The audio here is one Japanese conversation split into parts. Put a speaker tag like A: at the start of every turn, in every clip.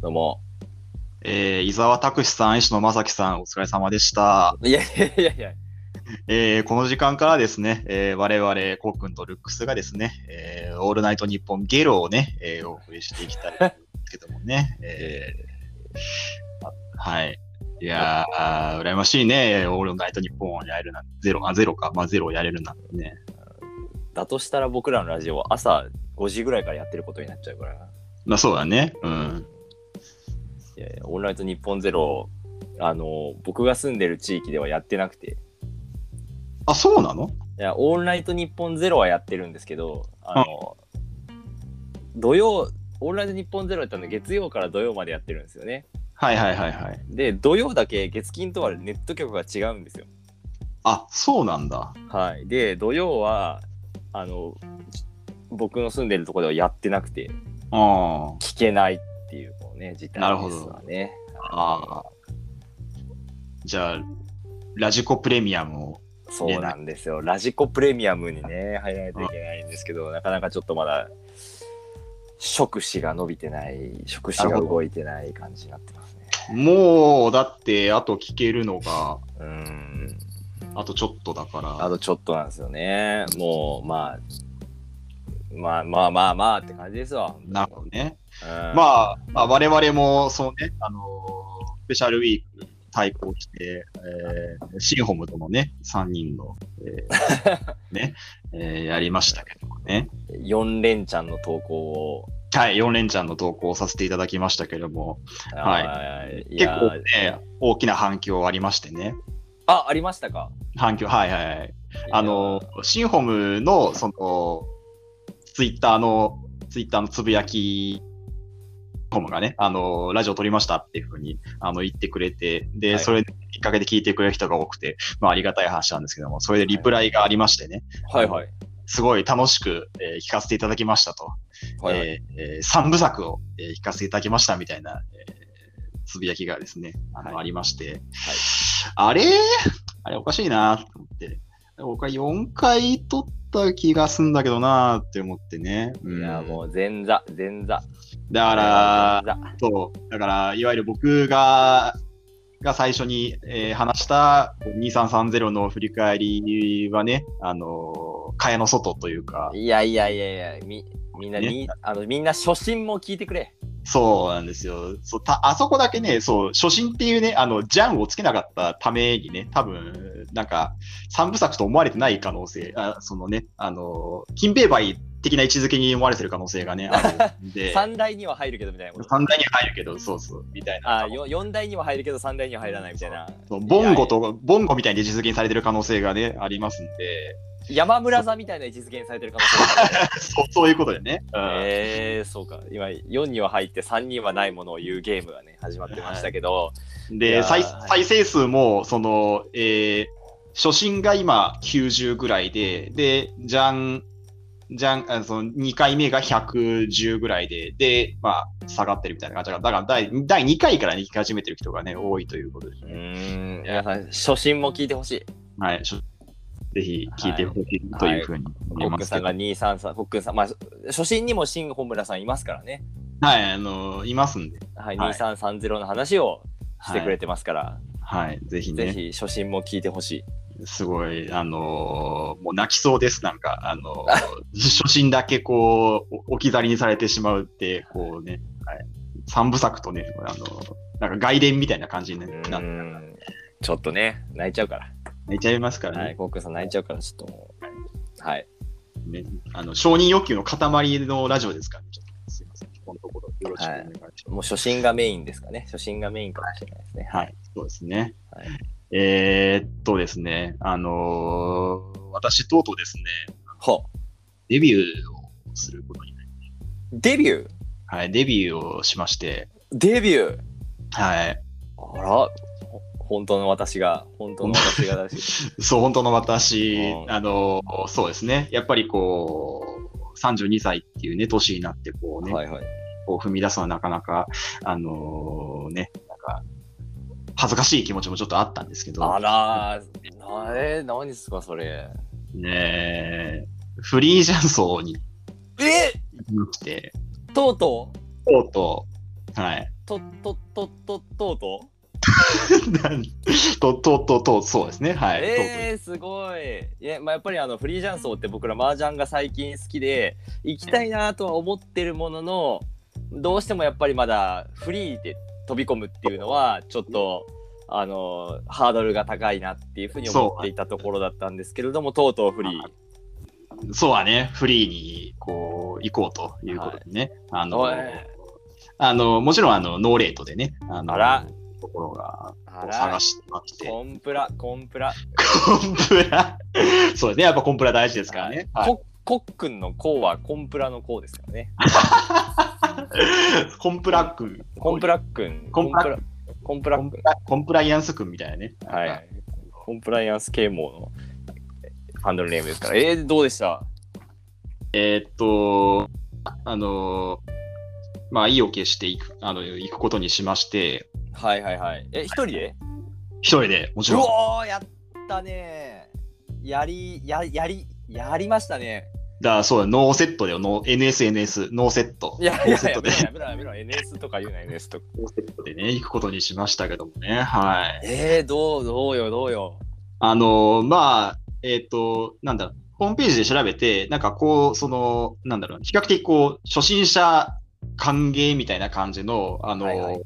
A: どうも。
B: えー、伊沢拓司さん、石野正樹さん、お疲れ様でした。
A: いやいやいやいや。
B: えー、この時間からですね、えー、我々、コウ君とルックスがですね、えー、オールナイトニッポンゲロをね、えー、お送りしていきたいんですけどもね。えーあはい。いやー、あー羨ましいね。オールナイトニッポンをやれるなんて、ゼロ、あ、ゼロか。まあ、ゼロをやれるなんてね。
A: だとしたら僕らのラジオは朝5時ぐらいからやってることになっちゃうから。
B: まあ、そうだね。うん。
A: いやいや、オールナイト日本ゼロ、あの、僕が住んでる地域ではやってなくて。
B: あ、そうなの
A: いや、オールナイト日本ゼロはやってるんですけど、あの、土曜、オールナイト日本ゼロやったの月曜から土曜までやってるんですよね。
B: はいはいはいはい。
A: で、土曜だけ月金とはネット局が違うんですよ。
B: あ、そうなんだ。
A: はい。で、土曜は、あの、僕の住んでるところではやってなくて、
B: ああ。
A: 聞けないっていう、こうね、事態
B: なるほ
A: で
B: ど
A: すわね。
B: ああ。じゃあ、ラジコプレミアムを。
A: そうなんですよ。ラジコプレミアムにね、入らないといけないんですけど、なかなかちょっとまだ、触手が伸びてない、触手
B: な
A: が
B: るほど
A: 動いてない感じになってますね。
B: もう、だって、あと聞けるのが、
A: うーん。
B: あとちょっとだから。
A: あとちょっとなんですよね。もう、まあ、まあまあまあまあって感じですわ。
B: なるほどね。
A: うん
B: まあ、まあ、我々も、そうね、あのースペシャルウィーク対抗して、えー、シンホムとのね、3人の、え ーね、えーやりましたけどもね。
A: 4連チャンの投稿を。
B: はい、4連チャンの投稿をさせていただきましたけども、はい
A: はい
B: 結
A: や
B: 構ね、大きな反響ありましてね。
A: あ、ありましたか。
B: 反響、はいはいはい。あの、シンホムの、その、ツイッターの、ツイッターのつぶやき、ホムがね、あの、ラジオ撮りましたっていうふうに、あの、言ってくれて、で、
A: はい
B: それきっかけで聞いてくれる人が多くて、まあ、ありがたい話なんですけども、それでリプライがありましてね、
A: はいはい。
B: すごい楽しく、えー聞かせていただきましたと、
A: はいはい。
B: えーえー三部作を、えー聞かせていただきましたみたいな、えーつぶやきがですね、あの、
A: はい
B: ありまして、あれあれおかしいなと思って。僕は4回取った気がすんだけどなって思ってね。うん
A: いや、もう前座、前座。
B: だか
A: あ
B: ら、
A: ら
B: そう、だから、いわゆる僕が、が最初に、えー話した2330の振り返りはね、あのー、蚊帳の外というか、
A: いやいやいやいや、みみんなに、あのみんな初心も聞いてくれ。
B: そうなんですよ。そうたあそこだけね、そう、初心っていうね、あの、ジャンをつけなかったためにね、多分、なんか、三部作と思われてない可能性、あそのね、あの、金兵衛的な位置づけに思われてる可能性がね、あるんで、
A: 三台には入るけどみたいなこと。
B: 三代に入るけど、そうそう、みたいな。
A: あよ四台には入るけど三台には入らないみたいな。
B: そうボンゴと、ボンゴみたいな位置づけにされてる可能性がね、ありますんで、
A: 山村座みたいな位置づけにされてるかもしれない。
B: そうそういうことでね。 うん
A: えー、そうか。今、4には入って3にはないものを言うゲームがね、始まってましたけど、いや
B: で
A: ー
B: 再
A: はい
B: 再生数もその、えー初心が今90ぐらいででじゃんじゃんあその2回目が110ぐらいでで、まあ、下がってるみたいな感じだからだから第第2回からね聞き始めてる人が、ね、多いということです
A: う
B: ね。
A: ーん、皆さん、初心も聞いてほしい。
B: はい、しょぜひ聞いてほしいというふうに思
A: コ
B: い
A: ッ
B: ま
A: クン
B: す
A: さ
B: け
A: ん
B: ど、
A: が
B: はい
A: 233、コックンさん、まあ、初心にも新本村さんいますからね。
B: あのいますんで、
A: はい、
B: はい
A: 2330の話をしてくれてますから、
B: はい、ぜひね
A: ぜひ初心も聞いてほしい。
B: すごい、あのーもう泣きそうです、なんか、あのー初心だけこう、お置き去りにされてしまうって、こうね、はい、三部作とね、あのーなんか外伝みたいな感じにな
A: う
B: なっ
A: ーんちょっとね、泣いちゃうから。
B: 泣いちゃいますからね,、
A: はい、コックンさん泣いちゃうから、ちょっともう。はい。
B: ねあの。承認欲求の塊のラジオですからね、ちょっとすいません、ここのところよろしくお願いします。
A: もう初心がメインですかね。初心がメインかもしれないですね。
B: はい、そうですね。
A: はい
B: えーっとですね、あのー私、とうとうですね、
A: ほう。
B: デビューをすることになり
A: デビュー
B: はい、デビューをしまして、
A: デビュー
B: はい。
A: あら、ほ本当の私が、本当の私がだし。
B: そう、本当の私
A: う、ん
B: あの、そうですね。やっぱりこう、32歳っていうね、年になってこうね、
A: はいはい。
B: こう踏み出すのはなかなか、あのね、なんか、恥ずかしい気持ちもちょっとあったんですけど、
A: あらー、なえ、何ですか、それ。
B: ねえフリージャンソーに
A: え
B: 行きまして、
A: とうとう
B: とうとう、はい、
A: とっとっとっとっとうとう
B: なんと、と、と、と、そうですね。はい。
A: えー、すごいいや、まあ、やっぱりあのフリージャンソーって僕ら麻雀が最近好きで行きたいなとは思ってるもののどうしてもやっぱりまだフリーで飛び込むっていうのはちょっとあのハードルが高いなっていうふうに思っていたところだったんですけれどもとうとうフリー。
B: ととそうはね、フリーに、こう、行こうということでね。あの、
A: おい
B: あの、もちろん、あの、ノーレートでね、あの、
A: あら
B: ところが、
A: あら
B: 探してまして。
A: コ
B: コ
A: ンプラコンプラ、
B: ンプラ。 そうですね、やっぱコンプラ大事ですからね。はい
A: ここっくんの「こう」はコンプラの「こう」ですからね
B: コンプラ君。
A: コンプラっくん
B: コンプラ
A: コンプラ
B: コ
A: っ
B: ン
A: く
B: プ
A: ん
B: ラコンプライアンス君みたいなね。
A: は
B: なんか
A: い。コンプライアンス啓蒙のハンドルネームですから。えー、どうでした
B: えーっと、あの、まあ、意を決していく、あの、行くことにしまして、
A: はいはいはい。え、一人で
B: 一人で、もち
A: う
B: ろん。
A: おー、やったねー。やり、ややり、やりましたね。
B: だからそうだノーセットだよ、ノー NSNS、ノーセット。
A: いやい
B: ノー
A: や、
B: セッ
A: や
B: ト
A: め
B: で
A: ろ、やめろ、やめろ。NS とか言うな、NS とか。
B: ノーセットでね、行くことにしましたけどもね、はい。
A: えー、どう、どうよ、どうよ。
B: あの、まあ、えーっと、なんだろう、ホームページで調べて、なんかこう、その、なんだろう、比較的こう、初心者歓迎みたいな感じの、あの、
A: はいはい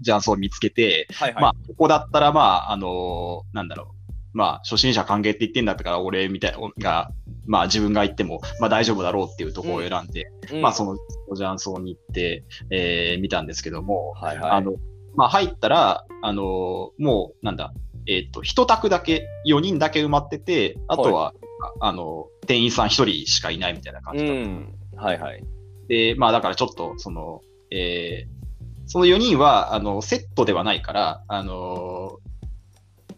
B: ジャンスを見つけて、
A: はいはい。
B: まあ、ここだったら、まあ、あのなんだろう。まあ、初心者歓迎って言ってんだったから、俺みたいが、まあ、自分が言っても、まあ、大丈夫だろうっていうところを選んで、
A: うん
B: まあ、その、おじゃんそうに行って、えー見たんですけども、
A: はいはい。
B: あの、まあ、入ったら、あのもう、なんだ、えっ、と、一択だけ、4人だけ埋まってて、あとは、ああの、店員さん1人しかいないみたいな感
A: う
B: じだった
A: ん。はいはい。
B: で、まあだからちょっと、その、えーその4人は、あの、セットではないから、あのー、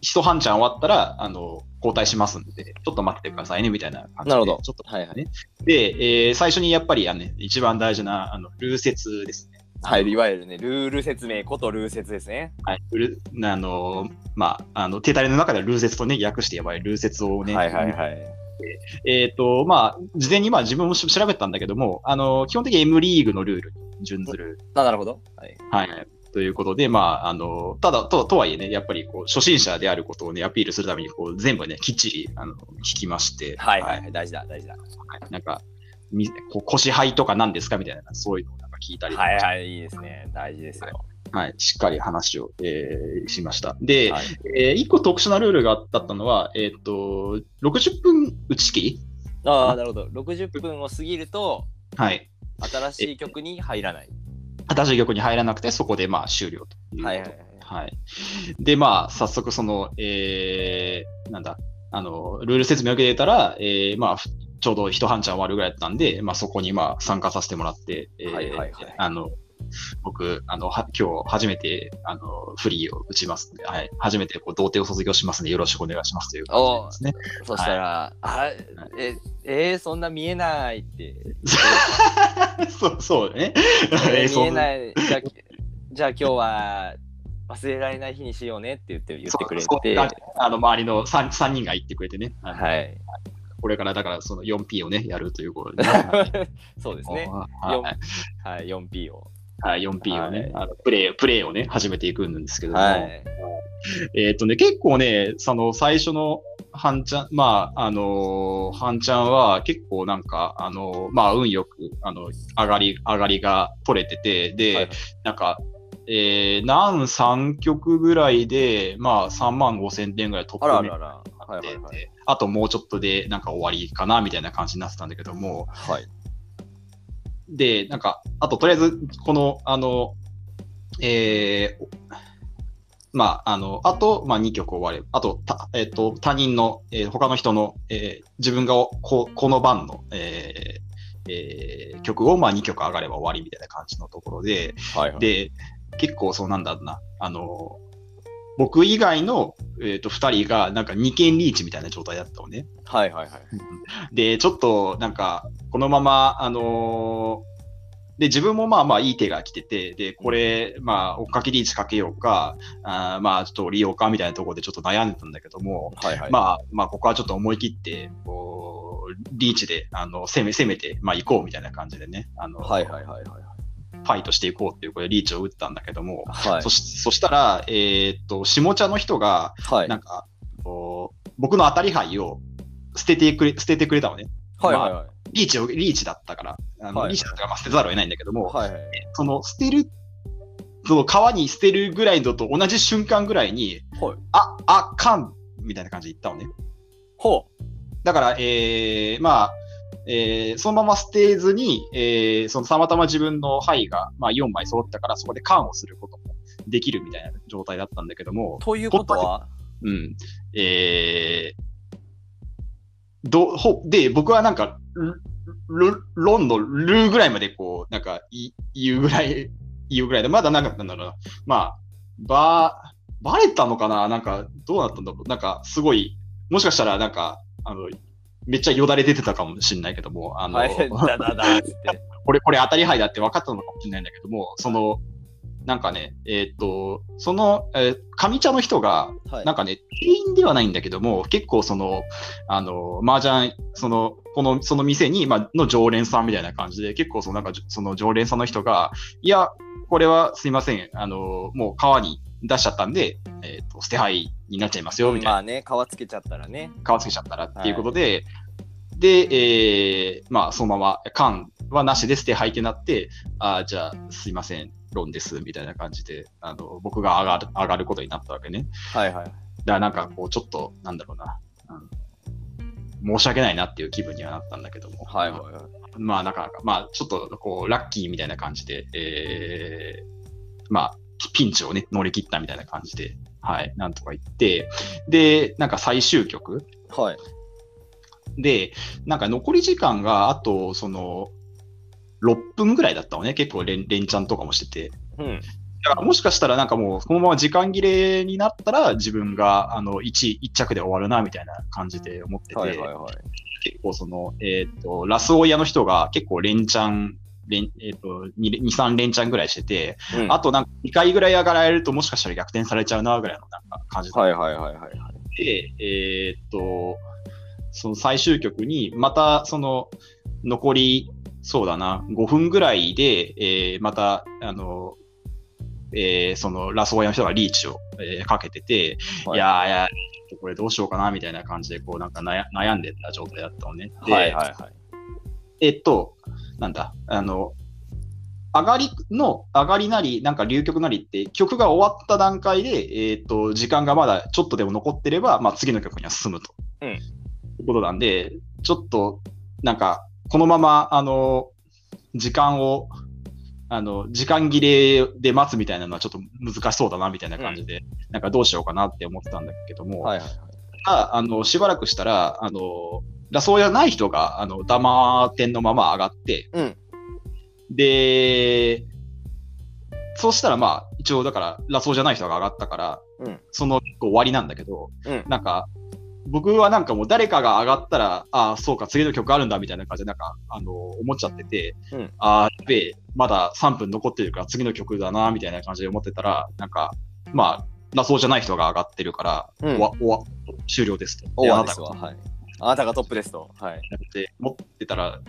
B: 一半ちゃん終わったら、あの、交代しますんで、ちょっと待っててくださいね、みたいな感じで。
A: なるほど
B: ちょっと。
A: はいはい。
B: で、えー最初にやっぱり、あの、ね、一番大事な、あの、ルー説ですね。
A: はい、いわゆるね、ルール説明ことルー説ですね。
B: はい。ルーあのー、まあ、あの、手タレの中ではルー説とね、訳してやばいルー説をね、
A: はいはいはい。
B: えっ、と、まあ、事前にまあ自分もし調べたんだけども、あのー、基本的に M リーグのルールに準ずる
A: あ、なるほど。はい。
B: はい。ということで、まあ、あの、ただ、ととはいえね、やっぱりこう初心者であることをね、アピールするために、こう、全部ね、きっちり、あの、聞きまして、
A: はいはいはい。大事だ、大事だ。
B: はいなんか、みこう腰肺とか何ですかみたいな、そういうのをなんか聞いたりとか
A: はいはい、いいですね。大事ですよ。
B: はい、しっかり話を、えーしました。で、
A: はい
B: え1個特殊なルールがあったのは、えーっと、60分打ち切り
A: ああ、なるほど。60分を過ぎると、
B: はい。
A: 新しい曲に入らない。
B: 新しい曲に入らなくて、そこで、まあ、終了ということで。
A: はいはいはい。
B: はい。で、まあ、早速、その、えー、なんだ、あの、ルール説明を受けてたら、えー、まあ、ふちょうど一半ちゃん終わるぐらいだったんで、まあ、そこに、まあ、参加させてもらって、えー
A: はいはいはい
B: あの、僕、あの、は今日初めて、あの、フリーを打ちますんで、はい。初めて、こう、童貞を卒業しますんで、よろしくお願いしますという感じですね。
A: そしたら、あえ、えー、そんな見えないって。
B: そう、そ うね。
A: え
B: えー
A: ー
B: そう
A: 見えない。じゃあ、 じゃあ今日は忘れられない日にしようねって言って言ってくれ
B: そうそう
A: て。
B: あの、周りの 3, 三人が言ってくれてね。あの
A: はい。
B: これから、だから、その 4P をね、やるということで、ね。
A: そうです ね。
B: はい
A: よんはい、4P を。
B: はい、4P をね、
A: は
B: あのプレー、プレーをね、始めていくんですけども、
A: はい。
B: えっ、とね、結構ね、その最初の半ちゃん、まあ、あのー、半ちゃんは結構なんか、あのーまあ、運よく、あの、上がり、上がりが取れてて、で、
A: はいはい
B: なんか、えー、何3曲ぐらいで、まあ、3万5千点ぐらいトッ
A: あらあ
B: プに
A: ら
B: な
A: あ
B: っ
A: ら。はい
B: て
A: はい
B: て
A: はい。
B: あともうちょっとで、なんか終わりかな、みたいな感じになってたんだけども、
A: はい。
B: で、なんか、あと、とりあえず、この、あの、えー、まあ、あの、あと、まあ、2曲終われ、あと、たえっ、と、他人の、えー他の人の、えー自分がおこ、この番の、えーえー曲を、まあ、2曲上がれば終わりみたいな感じのところで、
A: はいはい。
B: で、結構、そうなんだろうな、あの、僕以外の、えっ、と、2人が、なんか2件リーチみたいな状態だったのね。
A: はいはいはい。
B: で、ちょっとなんか、このまま、あのーで、自分もまあまあいい手が来てて、で、これ、まあ、追っかけリーチかけようか、あーまあ、ちょっと降りようかみたいなところでちょっと悩んでたんだけども、
A: はいはい。
B: まあ、まあ、ここはちょっと思い切って、こう、リーチで、あの、攻め、攻めて、まあ、行こうみたいな感じでね、あの、
A: はいはいはいはい。
B: パイとしていこうっていう、これ、リーチを打ったんだけども、
A: はい
B: そ。しそしたら、えーっと、下茶の人が、
A: はい。
B: なんか、こう僕の当たり牌を捨ててくれ、捨ててくれたのね。
A: はいはいはい。
B: リーチを、リーチだったから、あの
A: はい
B: リーチだったから、まあ、捨てざるを得ないんだけども、
A: はいはい。
B: その捨てる、その川に捨てるぐらいのと同じ瞬間ぐらいに、
A: はい
B: あ、あかんみたいな感じで言ったのね。
A: ほう。
B: だから、えー、まあ、えー、そのまま捨てずに、えー、そのたまたま自分の牌が、まあ、4枚揃ったから、そこで缶をすることもできるみたいな状態だったんだけども、
A: ということは、
B: うん。えー、ど、ほ、で、僕はなんか、ル、ルロンのルーぐらいまでこう、なんか、い、言うぐらい、 言うぐらいで、まだなんか、なんだろうな。まあ、ば、バレたのかななんか、どうなったんだろうなんか、すごい、もしかしたらなんか、あの、めっちゃよだれ出てたかもしれないけども、あの、
A: はい、だだだっつって。
B: これ、これ当たり牌だって分かったのかもしれないんだけども、その、なんかね、えーっと、その、えー上茶の人が、
A: はい。
B: なんかね、店員ではないんだけども、結構その、あの、麻雀、その、この、その店に、まあ、の常連さんみたいな感じで、結構その、なんか、じょその常連さんの人が、いや、これはすいません、あの、もう川に出しちゃったんで、えっ、と、捨て牌になっちゃいますよ、みたい
A: ま
B: な、
A: あね、皮つけちゃったらね。
B: 川つけちゃったらっていうことで、で、えーまあ、そのまま、缶はなしで捨て牌ってなって、あーじゃあ、すいません、ロンです、みたいな感じで、あの、僕が上がる、上がることになったわけね。
A: はいはい。
B: だからなんかこうちょっとなんだろうな、あの申し訳ないなっていう気分にはなったんだけども、
A: はいはいはい。
B: まあなかなか、まあちょっとこうラッキーみたいな感じで、えーまあピンチをね乗り切ったみたいな感じで、はい、なんとか行って、で、なんか最終局
A: はい。
B: で、なんか残り時間があとその6分ぐらいだったのね、結構連連チャンとかもしてて、
A: うん。
B: だからもしかしたらなんかもうこのまま時間切れになったら自分があの 1, 1着で終わるなみたいな感じで思ってて、
A: はいはいはい。
B: 結構その、えー、とラスオイヤの人が結構連チャン連えー、と 2, 3連チャンぐらいしてて、
A: うん
B: あとなんか2回ぐらい上がられるともしかしたら逆転されちゃうなぐらいのなんか感じで、
A: はいはいはいはい。
B: えー、とその最終局にまたその残りそうだな5分ぐらいで、えーまたあの、えーそのラスオイヤの人がリーチを、えーかけてて、
A: はい
B: い、やーいやーちょっとこれどうしようかなみたいな感じでこうなんか悩悩んでた状態だったのね。で
A: はいはいはい。
B: えっと、なんだ、あの、上がりの、上がりなり、なんか流局なりって、曲が終わった段階で、えっと、時間がまだちょっとでも残ってれば、まあ、次の曲には進むと。
A: うん
B: いうことなんで、ちょっと、なんか、このまま、あの、時間を、あの、時間切れで待つみたいなのはちょっと難しそうだな、みたいな感じで、なんかどうしようかなって思ってたんだけども、
A: はいはいはい。
B: が、あの、しばらくしたら、あの、ラソーじゃない人が、あの、黙ってんのまま上がって、
A: うん
B: で、そうしたらまあ、一応だから、ラソーじゃない人が上がったから、
A: うん
B: その結構終わりなんだけど、
A: うん
B: なんか、僕はなんかもう誰かが上がったら、ああ、そうか、次の曲あるんだみたいな感じで、なんか、あの、思っちゃってて、
A: うん
B: ああ、やべえ、まだ3分残ってるから次の曲だな、みたいな感じで思ってたら、なんか、まあ、ラソーじゃない人が上がってるから、
A: うん
B: おわおわ終了ですと。
A: お
B: で
A: わ
B: あ
A: で
B: な
A: す
B: た
A: わ。
B: が
A: はい。あなたがトップですと。はい。
B: って持ってたら、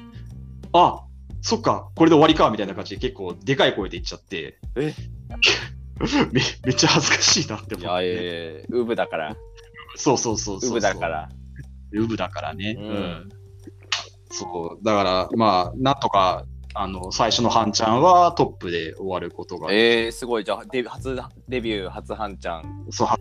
B: あそっか、これで終わりかみたいな感じで結構でかい声で言っちゃって、
A: え
B: めめっちゃ恥ずかしいなって
A: い
B: 思っ
A: や、
B: て。
A: えー、ウブだから。
B: そうそうそうそう
A: ウ
B: そう。
A: ブだか。ら。
B: ウブだからね。
A: うん
B: うんそう、だから、まあ、なんとか、あの、最初の半ちゃんはトップで終わることが、
A: えー、すごい。じゃあ、デビュー初デビュー初ハンちゃん
B: そう、半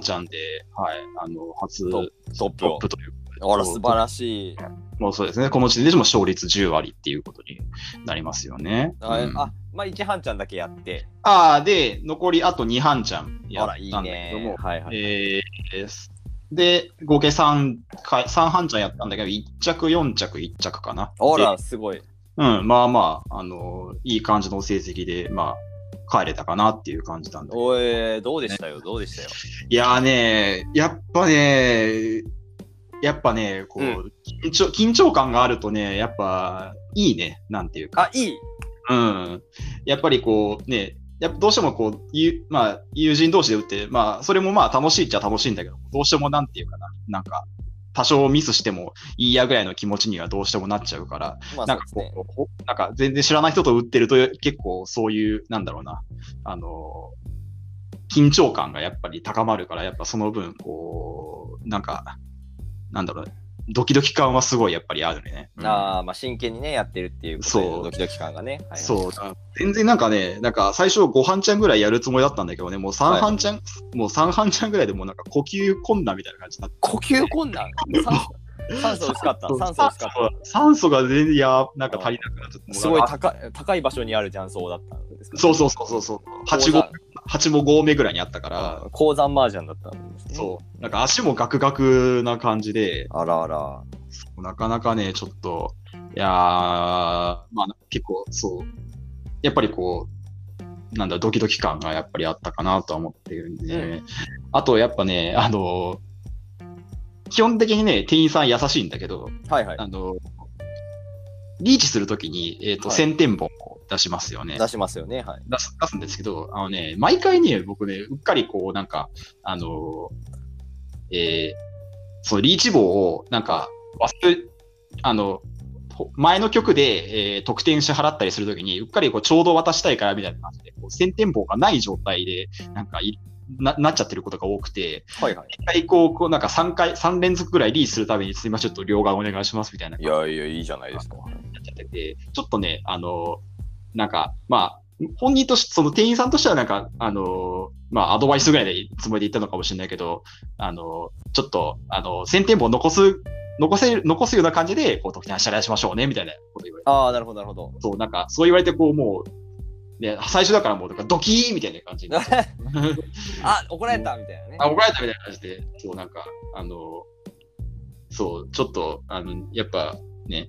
B: ちゃんで、はい、あの、初
A: トトップ
B: トッ
A: を
B: プ。という。
A: あら、素晴らしい。
B: もうそうですね。この時点でも勝率10割っていうことになりますよね。
A: あ、
B: うん
A: あまあ、1ハンちゃんだけやって。
B: ああ、で、残りあと2半ちゃんや
A: あ
B: っ
A: ら、い
B: た
A: い
B: んだけど
A: ね
B: も。、
A: はいはい。
B: えーですで、合計3回、三半ちゃんやったんだけど、1着、4着、1着かな。
A: あ
B: で
A: ら、すごい。
B: うん、まあまあ、あのいい感じの成績で、まあ、帰れたかなっていう感じなんだけど
A: おえ、どうでしたよ、どうでしたよ。
B: いやーね、やっぱね、やっぱね、こう、
A: うん
B: 緊張、緊張感があるとね、やっぱ、いいね、なんていうか。
A: あ、いい。
B: うん、やっぱりこうね、やっぱどうしてもこう、ゆまあ、友人同士で打って、まあ、それもまあ楽しいっちゃ楽しいんだけど、どうしてもなんていうかな、なんか、多少ミスしてもいいやぐらいの気持ちにはどうしてもなっちゃうから、
A: まあそ
B: なん
A: う
B: か
A: ですね。
B: こう、ほなんか全然知らない人と打ってると、結構そういう、なんだろうな、あのー、緊張感がやっぱり高まるから、やっぱその分、こう、なんか、なんだろう、ドキドキ感はすごいやっぱりあるね。うん
A: ああ、まあ真剣にね、やってるっていうことで
B: そう
A: ドキドキ感がね。はいはい
B: そう、全然なんかね、なんか最初5半ちゃんぐらいやるつもりだったんだけどね、もう3半ちゃん、もう3半ちゃんぐらいでもうなんか呼吸困難みたいな感じになって。
A: 呼吸困難。酸素酸素薄かった。酸素薄かっ
B: 酸素が全然、いや、なんか足りなくなっちゃって。
A: た。すごい
B: もうなんか
A: 高い高い場所にある雀荘だったんですか、
B: そうそうそうそうそう。8
A: 鉱
B: 号、8も5目ぐらいにあったから
A: 山、鉱山麻雀だったんですね。
B: そう。なんか足もガクガクな感じで、
A: あらあら。
B: なかなかね、ちょっと、いやー、まあ結構そう、やっぱりこう、なんだ、ドキドキ感がやっぱりあったかなとは思ってるんで、
A: うん
B: あとやっぱね、あの、基本的にね、店員さん優しいんだけど、
A: はいはい。
B: あの、リーチするときに、えっ、と、
A: はい
B: 1000点本を出しますよね。
A: 出しますよね。はい。
B: 出す出すんですけど、あのね、毎回ね、僕ね、うっかりこう、なんか、あのーえーそのリーチ棒を、なんか、忘れ、あの、ほ前の曲で、えー得点支払ったりするときに、うっかりこうちょうど渡したいからみたいな感じで、こう先天棒がない状態で、なんかいな、なっちゃってることが多くて、
A: はいはい。
B: 一回こう、こうなんか3回、三連続ぐらいリーチするために、すいません、ちょっと両側お願いしますみたいない
A: やいや、いいじゃないですか。
B: なっちゃってて、ちょっとね、あの、なんか、まあ、本人として、その店員さんとしては、なんか、あの、まあ、アドバイスぐらいでつもりで言ったのかもしれないけど、あの、ちょっと、あの、先店舗残す、残せる、残すような感じで、こう、得点支払いしましょうね、みたいなこと言われて、
A: ああ、なるほど、なるほど。
B: そう、なんか、そう言われて、こう、もう、ね、最初だからもう、なんかドキーみたいな感じになっちゃって
A: あ、怒られたみたいなね。
B: あ、怒られたみたいな感じで、そう、なんか、あの、そう、ちょっと、あの、やっぱね、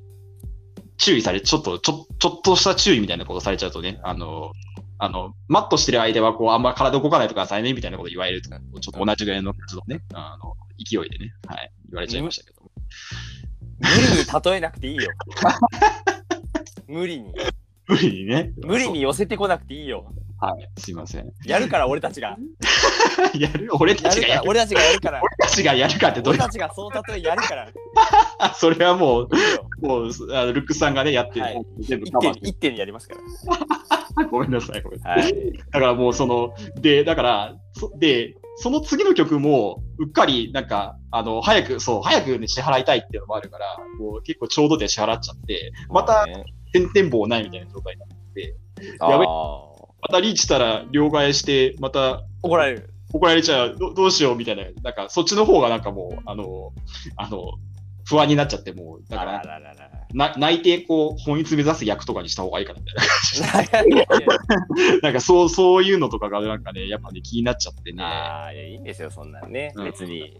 B: 注意され、ちょっと、ちょちょっとした注意みたいなことされちゃうとね、あの、あの、マットしてる間は、こう、あんま体動かないでくださいね、みたいなこと言われると、ちょっと同じぐらいの活動ね、あの、勢いでね、はい、言われちゃいましたけど。
A: 無理に例えなくていい よ。無理に。
B: 無理にね。
A: 無理
B: そう。
A: に寄せてこなくていいよ。
B: はい、すいません。
A: やるから、俺たちが。
B: やる俺た
A: や
B: ち
A: る
B: が
A: か
B: や
A: ら、
B: る。
A: 俺たちがやるから。
B: 俺たちがやるかってどうい
A: 俺
B: うこ
A: たちがその例えやる から。い
B: とそれはもう、
A: いよ
B: もう、あのルックスさんがね、やってる、
A: はい
B: 全部
A: 一
B: カバ
A: 点
B: ーして
A: 一点にやりますから。
B: ごめんなさい、ごめんなさい。
A: はい。
B: だからもうその、で、だから、そで、その次の曲も、うっかり、なんか、あの、早く、そう、早くね、支払いたいっていうのもあるから、こう結構ちょうどで支払っちゃって、また、
A: ね、
B: 点々棒ないみたいな状態になって、
A: あー
B: やべまたリーチしたら両替して、また
A: 怒られる。
B: 怒られちゃう、どどうしようみたいな、なんか、そっちの方がなんかもう、あの、あの、不安になっちゃって、もう、だ
A: あ
B: からら
A: あ、ららら。
B: な泣いて、こう、本一目指す役とかにした方がいいかなみたいな。
A: いやい
B: なんか、そう、そういうのとかが、なんかね、やっぱね、気になっちゃって
A: や
B: ね。
A: あーいやいいんですよ、そんなんね
B: う。ん
A: 別に、はい。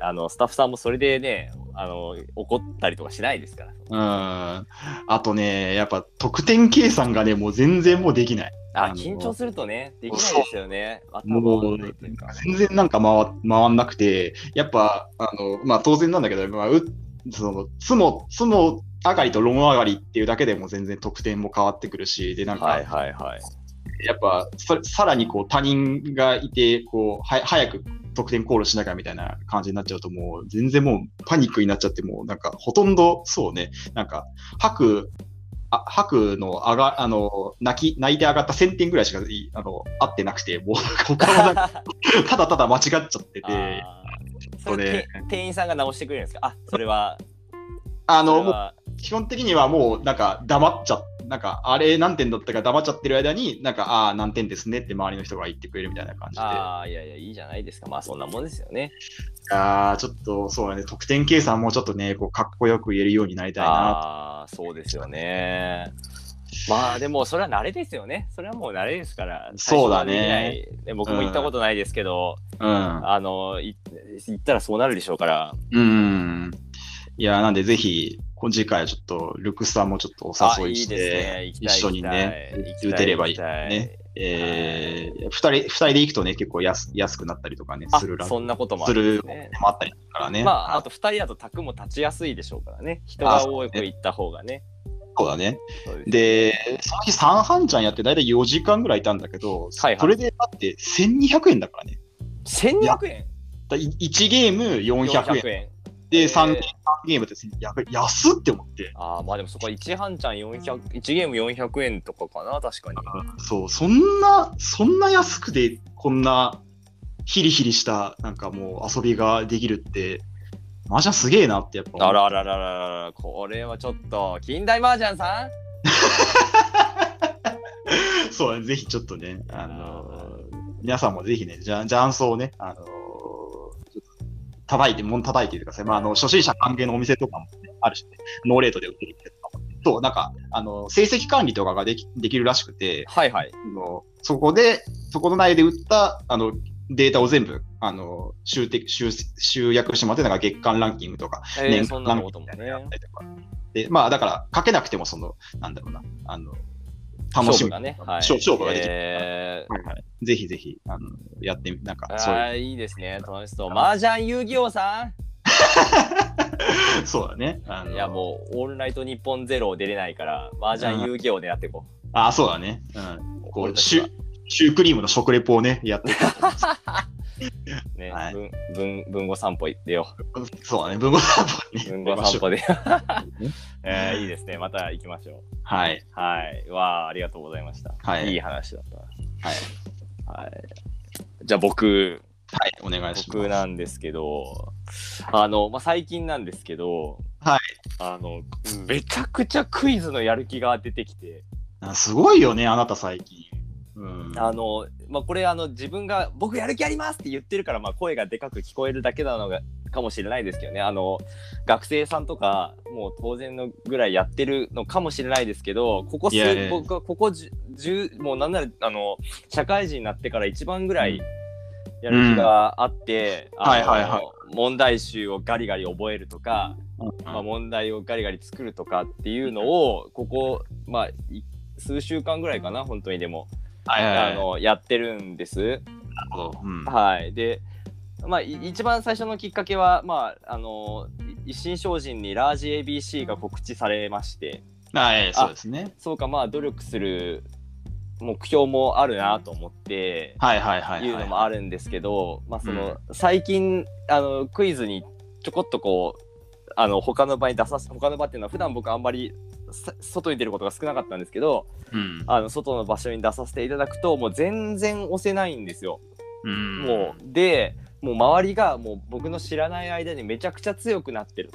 A: あの、スタッフさんもそれでね、あの、怒ったりとかしないですから。
B: うんあとね、やっぱ得点計算がね、もう全然もうできない。あ
A: あ、
B: の
A: 緊張するとね、できないですよね。頭
B: も
A: も
B: う
A: ないというか。
B: 全然なんか回回んなくて、やっぱ、あの、まあ当然なんだけど、まあ、うその、つも、つも上がりと論上がりっていうだけでも全然得点も変わってくるし、で、なんか、
A: はいはいはい。
B: やっぱそさらにこう他人がいて、こう、は早く得点コールしなきゃみたいな感じになっちゃうと、もう全然もうパニックになっちゃって、もうなんかほとんど、そうね、なんか、吐く、あ吐くの上が、あの、泣き、泣いて上がった1000点ぐらいしかいあの合ってなくて、もう 他はなんかただただ間違っちゃってて、
A: あー
B: そ
A: そ
B: れ
A: れて店員さんが直してくれるんですかあそれはそ
B: あの、
A: れ
B: もう
A: は
B: 基本的にはもうなんか黙っちゃなんかあれ何点だったか黙っちゃってる間に、なんか、ああー、何点ですねって周りの人が言ってくれるみたいな感じで。
A: ああいやいやいいじゃないですかまあそんなもんですよね
B: ああ、ちょっとそうだね、得点計算もうちょっとね、こうかっこよく言えるようになりたいな。
A: ああーそうですよねまあでもそれは慣れですよねそれはもう慣れですから
B: そうだね
A: 最初はできないで僕も行ったことないですけど、
B: うん。
A: あのい行ったらそうなるでしょうから
B: うん。いやー、なんでぜひ、今次回はちょっと、ルクスさんもちょっとお
A: あ
B: 誘
A: い
B: い
A: い
B: し
A: です
B: て、
A: ね行き
B: 一
A: たい
B: 緒にね
A: 行き、たい
B: 打てればいい。
A: 行きた
B: ねえー、二人、二人で行くとね、結構安安くなったりとかね、する
A: あ
B: ら、
A: そんなこともあ
B: す
A: るんで
B: る
A: すね
B: もあったりするからね。
A: まあ、
B: あ
A: あと2人だと卓も立ちやすいでしょうからね。人が多く行った方がね。
B: そうだね。
A: そうです
B: で、その日三半ちゃんやって大体4時間ぐらいいたんだけ
A: は
B: ど、
A: いはい
B: それでだって1200円だからね。
A: 1200円
B: だ1ゲーム400円。
A: 円えー
B: で、3ゲーム、3ゲームって、やべ、安っって思って。
A: ああ、まあでもそこは1半ちゃん400、1ゲーム400円とかかな、確かに。
B: そう、そんな、そんな安くで、こんな、ヒリヒリした、なんかもう遊びができるって、麻雀すげえなってやっぱ思う
A: あらあらあらあらあら、これはちょっと、近代麻雀さん
B: そうね、ぜひちょっとね、あのー皆さんもぜひね、じゃ雀荘をね、あのーちょっと叩いて、もん叩いてとかさ、まあ、あの初心者歓迎のお店とかも、ね、あるしね、ノーレートで売ってる店とかも、そう、なんか、あの成績管理とかができできるらしくて、
A: はいはい。
B: あのそこで、そこの内で売った、あの、データを全部、あの、集的、集、集約してもらって、なんか月間ランキングとか、
A: えー、
B: 年
A: そん
B: 間
A: な
B: ラン
A: こ
B: キ
A: と
B: ン
A: も
B: グみたいなの
A: ね
B: やっ。たりとか。で、まあ、だから、かけなくても、その、なんだろうな、あの、楽
A: 勝負
B: しみ
A: がね、はい。
B: 勝勝負ができる。
A: えー
B: はいはいぜひぜひ、あの、やってみ、なんか、そう
A: あ
B: い
A: あ、いいですね、楽しそう。麻雀遊戯王さん
B: う、 そうだね。あの
A: いやもう、オンライト日本ゼロ出れないから、麻雀遊戯王狙っていこう。
B: あ、そうだね。うん。こ
A: 俺
B: う、
A: たち
B: シ
A: は
B: ュ、シュークリームの食レポをね、やっていく
A: ね
B: はい
A: 文文文語散歩行ってよ
B: そうだね。文豪散歩に
A: う。
B: ね
A: 文語散歩で。 え
B: ね
A: ーいいですね、また行きましょ
B: はい。
A: う。はい。わあ、ありがとうございました。
B: はい
A: いい話だった
B: はい。
A: な。はい。じゃあ僕、
B: はい。お願いします。
A: 僕なんですけど、あの、まあ、最近なんですけど、
B: はい。
A: あの、めちゃくちゃクイズのやる気が出てきて、
B: あすごいよね、あなた最近。うん。
A: あの、まあ、これ、あの、自分が、僕やる気ありますって言ってるから、まあ、声がでかく聞こえるだけなのが、かもしれないですけどね、あの、学生さんとか、もう当然のぐらいやってるのかもしれないですけど、ここ数
B: いやいやい、や
A: 僕はここじゅ10、もうなんなら、あの、社会人になってから一番ぐらい、やる気があって、
B: ん
A: あの
B: はいはいは
A: 問題集をガリガリ覚えるとか、
B: うん
A: まあ、問題をガリガリ作るとかっていうのをここ、まあ、い数週間ぐらいかな本当にでも、
B: はいはいはい。
A: あのやってるんです。
B: なるほどうん
A: はい、で、まあ、い一番最初のきっかけは、まあ、あのい一新精進にラージ ABC が告知されまして
B: はい、そうですね。
A: そうかまあ努力する目標もあるなと思って。
B: はいはいはい。
A: いうのも
B: あ
A: あるんですけど、まあその最近あのクイズにちょこっとこうあの他の場に出させ他の場っていうのは普段僕あんまりさ外に出ることが少なかったんですけど
B: うん。
A: あの外の場所に出させていただくともう全然押せないんですよ。
B: うん
A: もうでもう周りがもう僕の知らない間にめちゃくちゃ強くなってる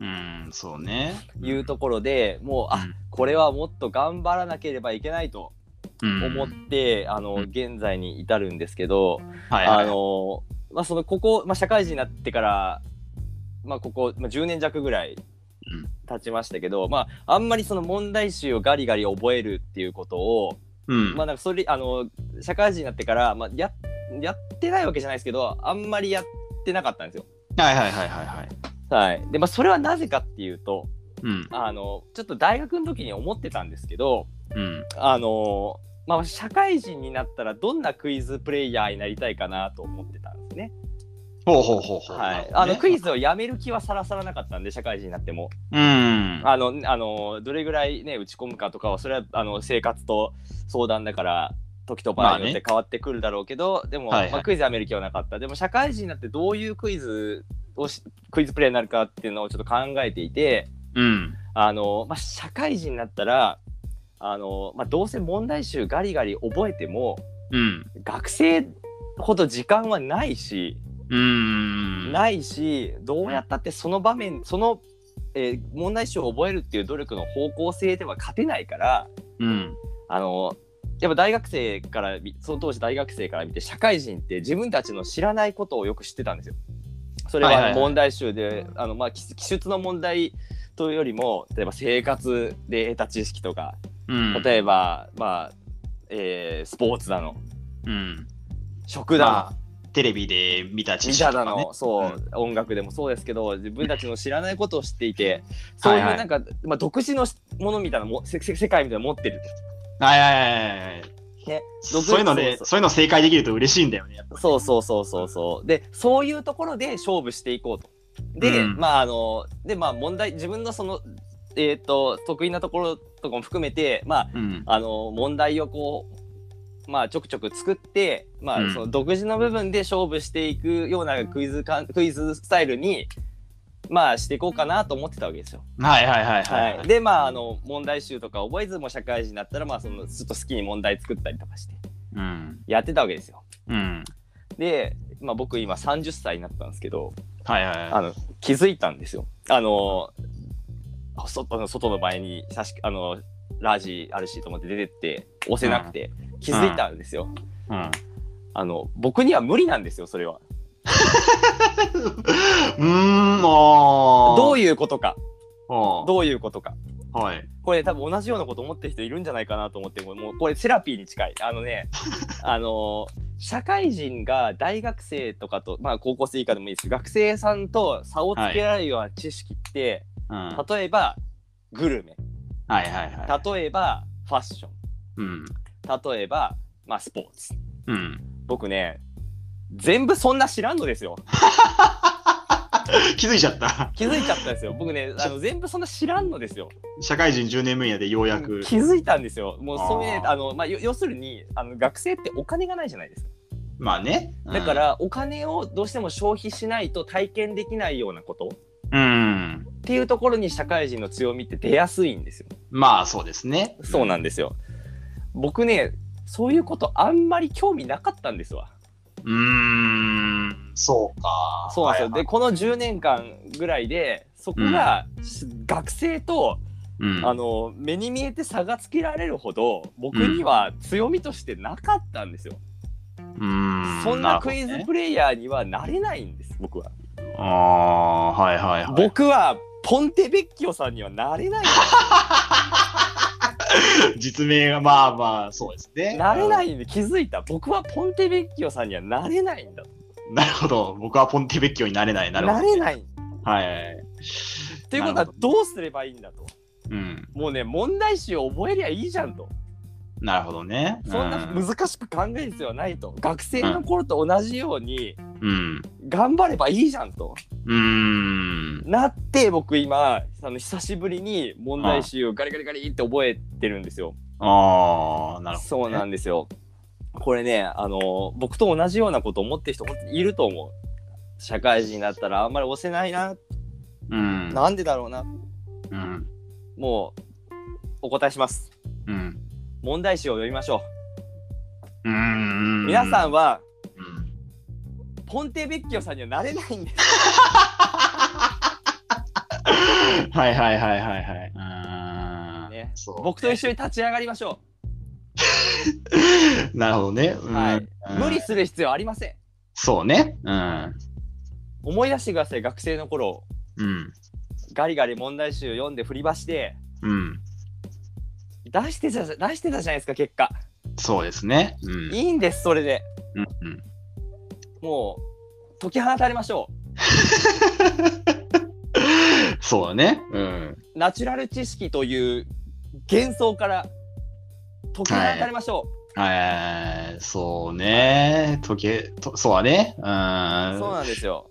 B: うん、そうね。
A: というところでもうあ
B: うん
A: これはもっと頑張らなければいけないと
B: うん
A: 思って、あの
B: うん
A: 現在に至るんですけど、
B: はいはい
A: あのまあそのここ、まあ、社会人になってから、まあ、ここ、まあ、10年弱ぐらい
B: うん
A: 経ちましたけど、まあ、あんまりその問題集をガリガリ覚えるっていうことを、
B: うん
A: まあ、なんかそれあの社会人になってから、まあ、ややってないわけじゃないですけどあんまりやってなかったんですよ。
B: はいはいはいはいはい。
A: はい、で、まあ、それはなぜかっていうと
B: うん。
A: あのちょっと大学の時に思ってたんですけど
B: うん。
A: あの、まあ、社会人になったらどんなクイズプレイヤーになりたいかなと思ってたんですね。
B: ほうほうほうほう。
A: は
B: な
A: い
B: るほ、ど
A: あ
B: ね
A: のクイズをやめる気はさらさらなかったんで社会人になっても
B: うん。
A: あのあのどれぐらい、ね、打ち込むかとかはそれはあの生活と相談だから時と場合によって変わってくるだろうけど、でも、
B: はいはい
A: まあ、クイズやめる気はなかったでも社会人になってどういうクイズをしクイズプレイになるかっていうのをちょっと考えていて
B: うん。
A: あの、まあ、社会人になったらあの、まあ、どうせ問題集ガリガリ覚えても
B: うん。
A: 学生ほど時間はないし。
B: うん。
A: ないしどうやったってその場面その、えー問題集を覚えるっていう努力の方向性では勝てないから
B: うん。
A: あのやっぱ大学生からみその当時大学生から見て社会人って自分たちの知らないことをよく知ってたんですよ。それ
B: はいはい
A: は
B: はい
A: 問題集で、あのまあ、記記述の問題というよりも例えば生活で得た知識とか
B: うん。
A: 例えば、まあえースポーツだの
B: うん。
A: 食だの、
B: まあテレビで見た知
A: 自
B: 識
A: 社
B: と
A: だ
B: かね
A: の、そう、音楽でもそうですけど自分たちの知らないことを知っていてそういう
B: はいはい
A: なんか、まあ、独自のものみたいなもせせ世界みたいなの持ってる
B: はいはいはいはいはい。
A: ね独自
B: そういうのね
A: そ、う
B: そういうの正解できると嬉しいんだよね。やっぱ
A: そうそうそうそうそうでそういうところで勝負していこうとで、
B: うん
A: まああのでまあ問題自分のそのえっ、と得意なところとかも含めてまあ
B: うん。
A: あの問題をこうまあちょくちょく作ってま
B: う
A: あ
B: ん
A: その独自の部分で勝負していくようなクイズかクイズスタイルにまあしていこうかなと思ってたわけですよ。
B: はいはいはいは
A: はいい、でまああの問題集とか覚えずもう社会人になったらまあそのずっと好きに問題作ったりとかして
B: うん
A: やってたわけですよ。
B: うん
A: で、まあ、僕今30歳になったんですけど
B: はいはい
A: あ
B: は
A: の気づいたんですよ。あの外の外の前に差しあのラージあるしと思って出てって押せなくて気づいたんですよ。
B: い
A: あの僕には無理なんですよそれは。
B: うんうーんもう
A: どういうことか
B: う
A: どういうことか。
B: はい
A: これ多分同じようなこと思ってる人いるんじゃないかなと思ってもうもうこれセラピーに近いあの ねあの社会人が大学生とかとまあ高校生以下でもいいですけど学生さんと差をつけられるような知識って、
B: うんはい
A: 例えばグルメ
B: はいはい
A: 例えばファッショ
B: うん
A: ン例えば、まあ、スポーツ
B: うん
A: 僕ね全部そんな知らんのですよ
B: 気づいちゃった
A: 気づいちゃったんですよ僕ね あの全部そんな知らんのですよ
B: 社会人10年目やでようやく
A: 気づいたんですよもうそういう
B: あー
A: あの、まあ、よ要するにあの学生ってお金がないじゃないですか
B: まあね
A: だからお金をどうしても消費しないと体験できないようなことっ
B: うん
A: ていうところに社会人の強みって出やすいんですよ。
B: まあそうですね
A: そうなんですよ。僕ねそういうことあんまり興味なかったんですわ。
B: うーんそうか
A: そうなんですよ。
B: はい
A: でこの10年間ぐらいでそこが学生と、
B: うん
A: あの目に見えて差がつけられるほど僕には強みとしてなかったんですよ。
B: うーん
A: そんなクイズ
B: るほ
A: プレイヤーにはなれないんです僕は。
B: どねああーはいはいはい
A: 僕はポンテベッキオさんにはなれないんです
B: 実名がまあまあそうです ね。
A: なれないんで気づいた僕はポンテベッキオさんにはなれないんだ
B: うん。なるほど。僕はポンテベッキオになれない。な
A: な
B: るほど。
A: れない
B: はいはいはい。
A: ということは
B: なるほど
A: どうすればいいんだと
B: うん。
A: もうね問題集を覚えりゃいいじゃんと
B: なるほどね。
A: そんな
B: うん
A: 難しく考える必要はないと、学生の頃と同じように
B: うん。
A: 頑張ればいいじゃんと
B: うーん。
A: なって僕今あの久しぶりに問題集をガリガリガリって覚えてるんですよ
B: ああ、なるほ
A: そうなんですよこれねあの僕と同じようなこと思ってる人本当にいると思う社会人になったらあんまり押せないな
B: ど。うん。
A: なんでだろうな
B: うん。
A: もうお答えします。
B: うん。
A: 問題集を読みましょ
B: うー
A: う。
B: ん。
A: 皆さんは
B: うん。
A: ポンテベッキオさんにはなれないんです。
B: はいはいはいはいはい。あー
A: ね
B: そ う
A: 僕と一緒に立ち上がりましょ
B: なるほどね。
A: う。
B: うん
A: はい。
B: うん
A: 無理する必要ありません。
B: そうね。うん。
A: 思い出してください。学生の頃
B: うん。
A: ガリガリ問題集読んで振りばして
B: うん。
A: 出してた出してたじゃないですか結果。
B: そうですね。うん。
A: いいんですそれで。
B: うんうん。
A: もう解き放たれましょ
B: そうだね。うん。
A: う。ナチュラル知識という幻想から解き放たれましょ
B: えー、そうね。時計、とそうだね。う
A: う。そう
B: ーん。
A: なんですよ。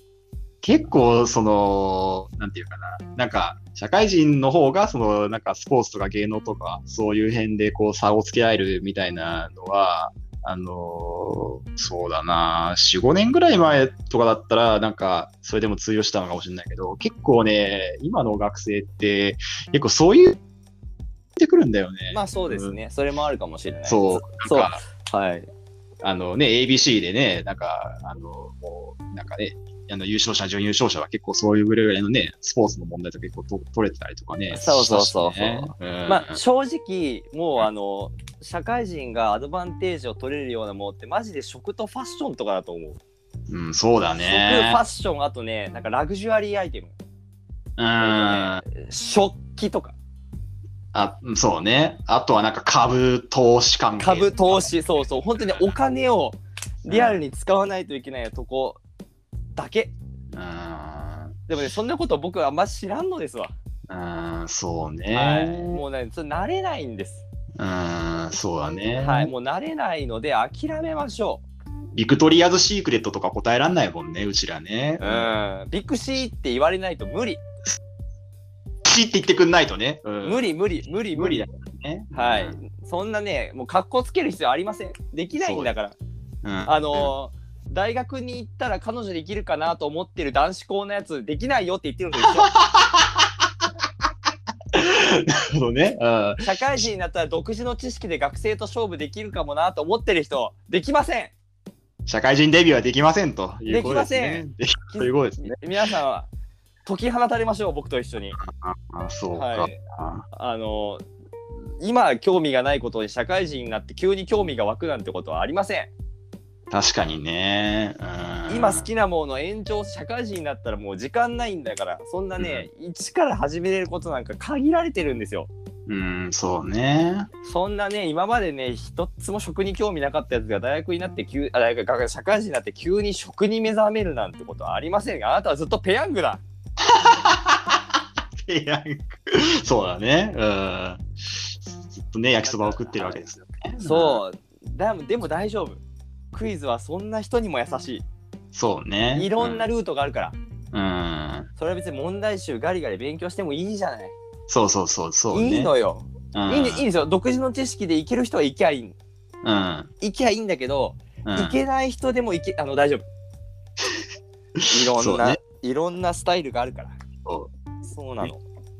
B: 結構、その、なんていうかな。なんか、社会人の方が、その、なんか、スポーツとか芸能とか、そういう辺で、こう、差をつけ合えるみたいなのは、あのーそうだな。4、5年ぐらい前とかだったら、なんか、それでも通用したのかもしれないけど、結構ね、今の学生って、結構そういう、ってくるんだよね。
A: まあそうですね。それもあるかもしれない。
B: そう。
A: そ
B: なん
A: う
B: か。
A: はい。
B: あのね、ABC でね、なんか、あの、もう、なんかね、あの優勝者、準優勝者は結構そういうぐらいのね、スポーツの問題と結構と取れてたりとかね。
A: そうそうそうそう
B: したしねうん
A: まあ正直もう
B: うん
A: あの社会人がアドバンテージを取れるようなものってマジで食とファッションとかだと思う、
B: うん、そうだ
A: 食
B: ね
A: ファ。ッションあとねなんかラグジュアリーアイテム、
B: うん。
A: あ
B: あ、
A: とね食器とか
B: そうね。あとはなんか株投資関係。
A: 株投。資そうそう本当にお金をリアルに使わないといけないとこだけ
B: うん。
A: でもねそんなこと僕はあんま知らんのですわ、
B: うん、そう
A: はい、
B: ね。
A: もうねそれ慣れないんです、
B: うん、そうだね。
A: はいもう慣れないので諦めましょ
B: ビクトリアズ・シークレットとか答えらんないもんね、うちらね。
A: ううんビクシーって言われないと無理
B: シーって言ってくんないとね。うん
A: 無理無理無理無
B: 無理
A: 理
B: だからね。
A: はい、
B: うん
A: そんなねもう格好つける必要ありませんできないんだから
B: うん
A: あのー大学に行ったら彼女できるかなと思ってる男子校のやつできないよって言ってるのと一
B: ほどね。うん
A: 緒社会人になったら独自の知識で学生と勝負できるかもなと思ってる人できません
B: 社会人デビューはできませんということです
A: できませ
B: ね。できということですね。
A: 皆さんは解き放たれましょう僕と一緒に
B: あそうか。
A: はいあの今興味がないことに社会人になって急に興味が湧くなんてことはありません
B: 確かにね。うん
A: 今好きなものの延長社会人になったらもう時間ないんだからそんなね、一から始めれることなんか限られてるんですよ
B: うん、そうね。
A: そんなね今までね一つも食に興味なかったやつが大学になって急あ大学が社会人になって急に食に目覚めるなんてことはありませんがあなたはずっとペヤングだ
B: ペヤングそうだね。うん。ずっとね、焼きそばを食ってるわけですよね。
A: そうだでも大丈夫クイズはそんな人にも優し
B: うん。そうね。
A: いいろんなルートがあるから、
B: うん。
A: それは別に問題集ガリガリ勉強してもいいじゃない、
B: そうそうそうそう、
A: い
B: ね。
A: いのよ、
B: うん。
A: いいんでいいんですよ独自の知識でいける人はいけばいい
B: うん。
A: いけばいいんだけど、
B: うん
A: いけない人でもいけあの大丈夫いろ
B: そ
A: ん
B: う
A: な、
B: ね
A: いろんなスタイルがあるから
B: そ
A: そうなの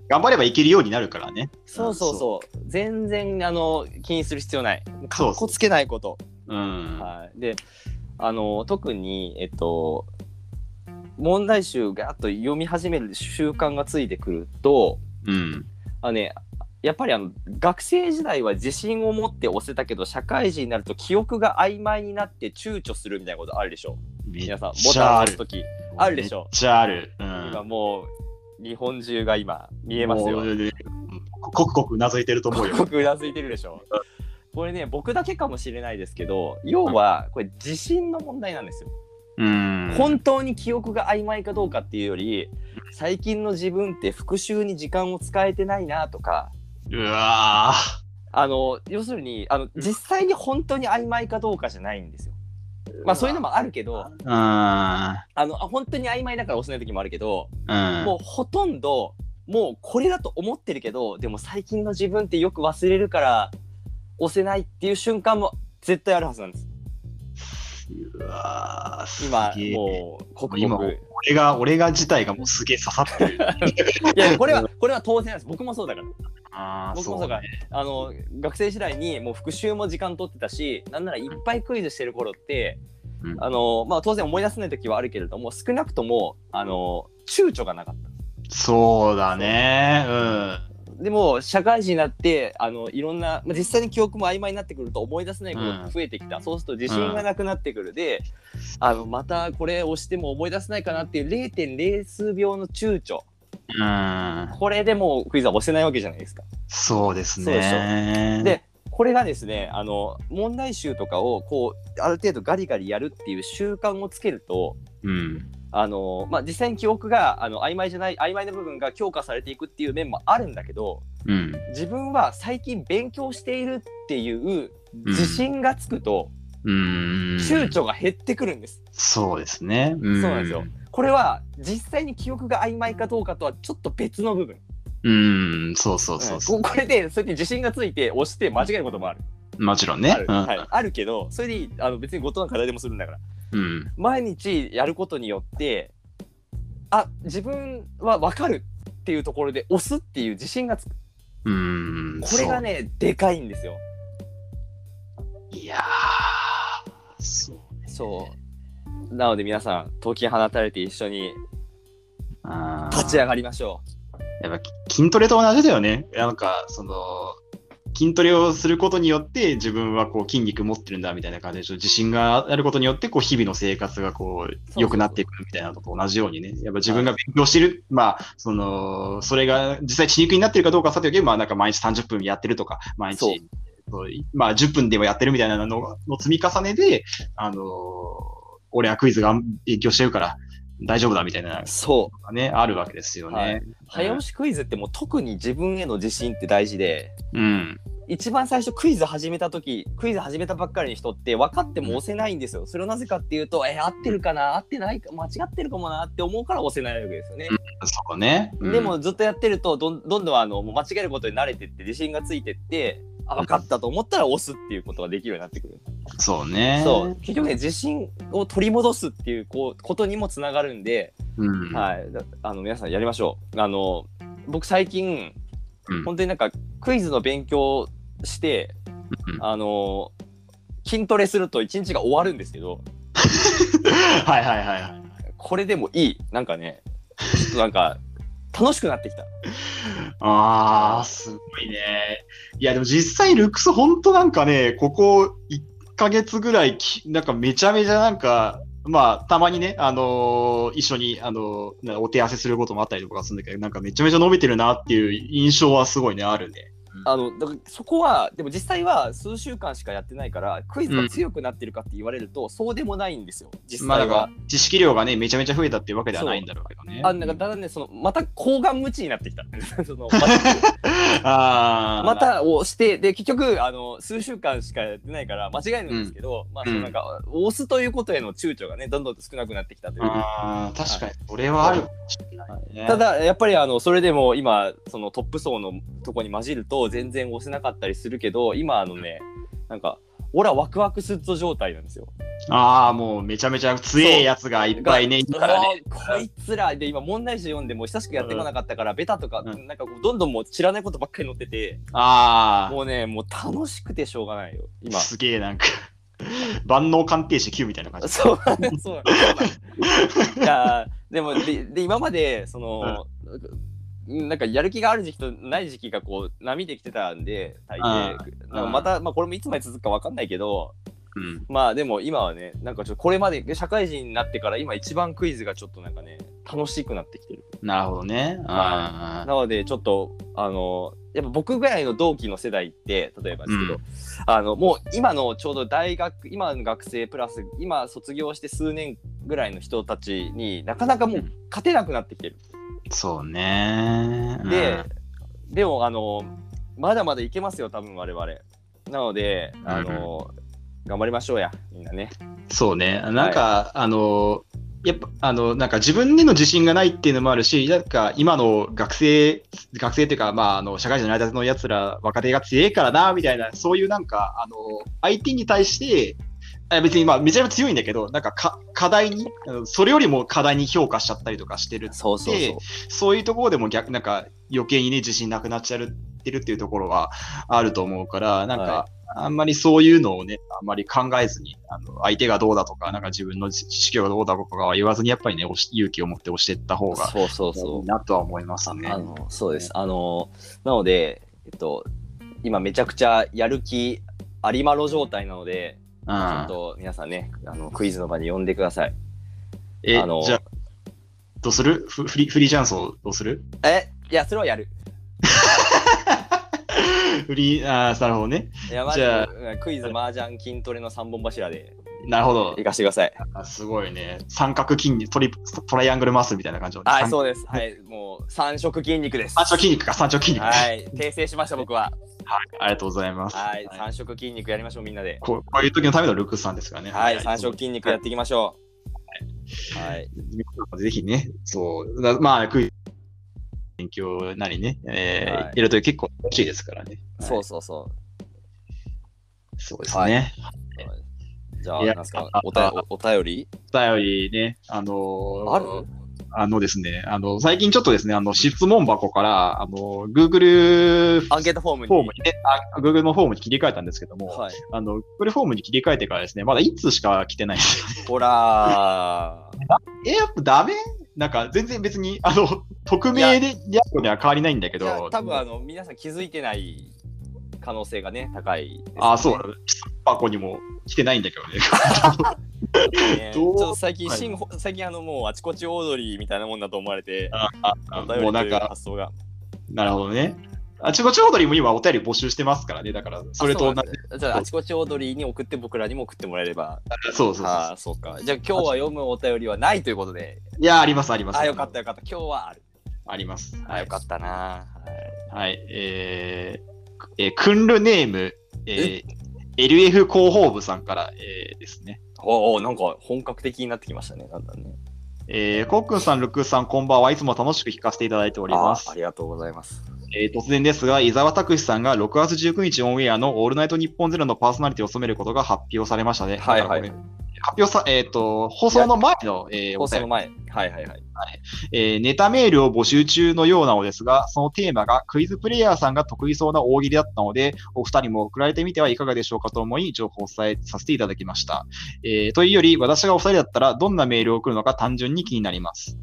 B: 頑張ればいけるようになるからね。
A: そうそうそう全然あの気にする必要ないかっこつけないこと
B: うん。
A: はいであの特にえっと問題集がっと読み始める習慣がついてくると
B: うん。
A: あのねやっぱりあの学生時代は自信を持って押せたけど社会人になると記憶が曖昧になって躊躇するみたいなことあるでしょ
B: め
A: 皆
B: っ
A: さんボ
B: ち
A: タン
B: ゃ
A: を
B: あ
A: 押す
B: る。
A: 時あるでし
B: め
A: ょ
B: っちゃある。うん。
A: 今もう日本中が今見えますよ
B: もううんコクコクうなずいてると思うよ。
A: 僕うなずいてるでしょこれね僕だけかもしれないですけど要はこれ自信の問題なんですよ、
B: うん。
A: 本当に記憶が曖昧かどうかっていうより最近の自分って復習に時間を使えてないなとか
B: うわぁ。
A: あの要するにあの実際に本当に曖昧かどうかじゃないんですよまあそういうのもあるけど
B: う
A: あのあ本当に曖昧だから押せない時もあるけど
B: ん。うん。
A: もうほとんどもうこれだと思ってるけどでも最近の自分ってよく忘れるから押せないっていう瞬間も絶対あるはずなんです
B: うわぁ。
A: 今
B: すげえ
A: もう刻
B: 今
A: 々
B: 俺が、俺が自体がもうすげえ刺さってる。
A: いやこれはこれは当然なんです僕もそうだから
B: あー
A: 僕もそうか
B: ね
A: あの学生時代にもう復習も時間取ってたしなんならいっぱいクイズしてる頃って、
B: うん
A: あのまあ、当然思い出せない時はあるけれども少なくともあの躊躇がなかった
B: そうだね。
A: でも社会人になってあのいろんな、まあ、実際に記憶も曖昧になってくると思い出せないことが増えてきた、そうすると自信がなくなってくるで、あのまたこれ押しても思い出せないかなっていう0.0数秒の躊躇
B: うん。うん。
A: これでもうクイズは押せないわけじゃないですか。
B: そうです
A: そうで
B: ね。
A: でこれがですねあの問題集とかをこうある程度ガリガリやるっていう習慣をつけると
B: うん。
A: あの、まあ、実際に記憶があの曖昧じゃない曖昧な部分が強化されていくっていう面もあるんだけど、
B: うん。
A: 自分は最近勉強しているっていう自信がつくと
B: うん。
A: 躊躇が減ってくるんです、
B: そうですね。そう
A: そうなんですよ。これは実際に記憶が曖昧かどうかとはちょっと別の部分
B: うん。そうそうそうそ
A: は
B: う。
A: いここれでそれで自信がついて押して間違えることもある
B: もちろん
A: あ
B: ね
A: る,、。はい、あるけどそれであの別にごとの課題でもするんだから
B: うん。
A: 毎日やることによってあ自分は分かるっていうところで押すっていう自信がつく
B: うん。
A: これがねでかいんですよ
B: そう。いやー。そう。
A: そう。なので皆さん、解き放たれて一緒に
B: あー
A: 立ち上がりましょ
B: やっぱ筋トレと同じだよね。なんか、その、筋トレをすることによって自分はこう筋肉持ってるんだみたいな感じでちょっと自信があることによってこう日々の生活がこ
A: そう
B: う
A: そう
B: 良くなっていくみたいなのと同じようにね、やっぱ自分が勉強してる、まあ、その、それが実際血肉になってるかどうかはさておき、まあなんか毎日30分やってるとか、毎日
A: そう
B: そうまあ10分でもやってるみたいなのがの積み重ねで、あのー俺はクイズが勉強してるから大丈夫だみたいなの
A: う。そう。
B: がね、あるわけですよね。
A: はい早押しクイズってもう特に自分への自信って大事で、
B: うん。
A: 一番最初クイズ始めた時クイズ始めたばっかりの人って分かっても押せないんですよ。それをなぜかっていうと、え、合ってるかな合ってないか間違ってるかもなって思うから押せないわけですよね。
B: そこね。うん
A: で、もずっとやってるとどん、どんどんあのもう間違えることに慣れてって自信がついてって、あ、分かったと思ったら押すっていうことができるようになってくる。
B: そうね。
A: そう結局ね自信を取り戻すっていうこうことにもつながるんで、
B: うん。
A: はい、だあの皆さんやりましょうあの僕最近、
B: うん
A: 本当になんかクイズの勉強して
B: うん
A: あの筋トレすると一日が終わるんですけど
B: はいはいはいはい。
A: これでもいいなんかねちょっとなんか楽しくなってきた
B: ああ、すごいね。いや、でも実際、ルックス、本当なんかね、ここ1ヶ月ぐらいき、なんかめちゃめちゃなんか、まあ、たまにね、あのー一緒に、あのーなお手合わせすることもあったりとかするんだけど、なんかめちゃめちゃ伸びてるなっていう印象はすごいね、あるね。
A: あのだからそこはでも実際は数週間しかやってないからクイズが強くなってるかって言われると、そうでもないんですよ実
B: まあ、な
A: 際
B: ん
A: は
B: か。知識量がね、めちゃめちゃ増えたっていうわけではないんだろうけどね。
A: あなんかだんだんねそのまた抗がん無知になってきた そのまた
B: あー
A: ま、たをしてで結局あの数週間しかやってないから間違いないんですけど、まあそのなんか押すということへの躊躇がねどんどん少なくなってきたというか、
B: あー確かに、それはあるかもしれないね。
A: ただやっぱりあのそれでも今そのトップ層のとこに混じると全然押せなかったりするけど今あのねなんか俺はワクワクスッと状態なんですよ。
B: ああ、もうめちゃめちゃ強いやつがいっぱいね、いるからね。
A: うわこいつらで今問題集読んでもう久しくやってこなかったから、ベタとか、
B: う
A: なんかこうどんどんもう知らないことばっかり載ってて、
B: ああ。
A: もうねもう楽しくてしょうがないよ 今。
B: すげえなんか万能鑑定士9みたいな感じ
A: そうなんだそうなんだそうなんだいやーでもでで今までその、なんかやる気がある時期とない時期がこう波できてたんで大抵
B: あ
A: なんかまた、まあ、これもいつまで続くかわかんないけど
B: うん
A: まあでも今はねなんかちょっとこれまで社会人になってから今一番クイズがちょっとなんかね楽しくなってきてる
B: なるほどね
A: は
B: あ
A: なのでちょっとあのやっぱ僕ぐらいの同期の世代って例えばですけど、
B: うん
A: あのもう今のちょうど大学今の学生プラス今卒業して数年ぐらいの人たちになかなかもう勝てなくなってきてる。
B: ーそうね
A: で、でもあのまだまだいけますよ多分我々。なのであの、頑張りましょうやみんなね。
B: うんそうねなんか、あのやっぱあのなんか自分での自信がないっていうのもあるし、なんか今の学生、学生っていうか、まあ、あの社会人の間のやつら、若手が強いからなみたいな、そういうなんか、あの相手に対して、あ別に、まあ、めちゃめちゃ強いんだけど、なんかか課題に、あのそれよりも課題に評価しちゃったりとかしてる
A: そうそうそう。
B: そういうところでも逆なんか余計にね自信なくなっちゃってるっていうところはあると思うからなんか、
A: は
B: あんまりそういうのをねあんまり考えずにあの相手がどうだとかなんか自分の知識がどうだとかは言わずにやっぱりね押し勇気を持って押していった方が
A: そうそうそう
B: いい。なとは思いますね。
A: あのそうです。あのなので、えっと、今めちゃくちゃやる気ありまろ状態なので、
B: う
A: ちょっ
B: ん、
A: と皆さんね、あのクイズの場に呼んでください。
B: え
A: あの
B: じゃあどうするフフリフリージャンソーどうする
A: えいや、それはやる。
B: フリーあーなるほどね
A: いやまず
B: じゃあ
A: うんクイズ、麻雀、筋トレの3本柱で
B: なるほど
A: 行かしてください。
B: あすごいね三角筋肉トリプトライアングルマスみたいな感じのね
A: はい、
B: 三
A: そうです。はい、もう三色筋肉です。
B: 三丁筋肉か三丁筋肉か
A: はい、訂正しました、僕は。
B: ありがとうございます。
A: はい、三色筋肉やりましょう、みんなで。
B: こうこういう時のためのルックスさんですからね。
A: はい、三色筋肉やっていきましょう。はい、
B: 皆さんもぜひね、そう、なまあ、クイズ勉強なりね、えー
A: はい
B: やると結構楽しいですからね。。
A: そううそうそう。
B: そうですね。
A: じゃあ、
B: い
A: な
B: や
A: んですか、おたおお便り
B: お便りね、あのー
A: ある
B: あのですね、あの、最近ちょっとですね、あの、質問箱から、あの、Google フ
A: アンケートフォームに。
B: ォームにね、あ Google のフォームに切り替えたんですけども、
A: はい。
B: あの、Google フォームに切り替えてからですね、まだ1通しか来てないんですよ
A: ほらー。
B: え、やっぱダメなんか全然別に、あの、匿名でやるのには変わりないんだけ
A: いや
B: ど、
A: 多分あの皆さん気づいてない可能性がね高いですね、
B: あ、そうだ、箱にも来てないんだけどね。
A: ねち
B: ど
A: ょ
B: う
A: っと最近
B: はい
A: 新ほ最近あのもうあちこちオードリーみたいなもんだと思われて
B: あああ
A: お便
B: もう
A: りと
B: なん
A: いう
B: か、
A: 発想が
B: なるほどね。あちこちオードリーも今お便り募集してますからね、だからそれと同じ。
A: じじゃああちこちオードリーに送って僕らにも送ってもらえれば
B: そうそうそう
A: ああそうかじゃあ今日は読むお便りはないということで
B: いや、あります、あります。
A: あよかったよかった今日はある
B: あります。
A: あよかったな
B: はい。えー、くえークンルネーム、えー LF 広報部さんから、えーですね。
A: おおなんか本格的になってきましたねなんだね
B: えー、コックンさん、ルックさん、こんばんは。いつも楽しく聞かせていただいてお
A: あ
B: ります
A: あ。りがとうございます
B: えー突然ですが、伊沢拓司さんが6月19日オンエアのオールナイトニッポンゼロのパーソナリティを務めることが発表されましたね。
A: はいはい
B: だからこれ発表さ、えっ、と、放送の前の、えーお
A: 放送
B: 便
A: の
B: り、
A: 前。はいはいはい。
B: えーネタメールを募集中のようなのですが、そのテーマがクイズプレイヤーさんが得意そうな大喜利だったので、お二人も送られてみてはいかがでしょうかと思い、情報をお伝えさせていただきました。えーというより、私がお二人だったら、どんなメールを送るのか単純に気になります。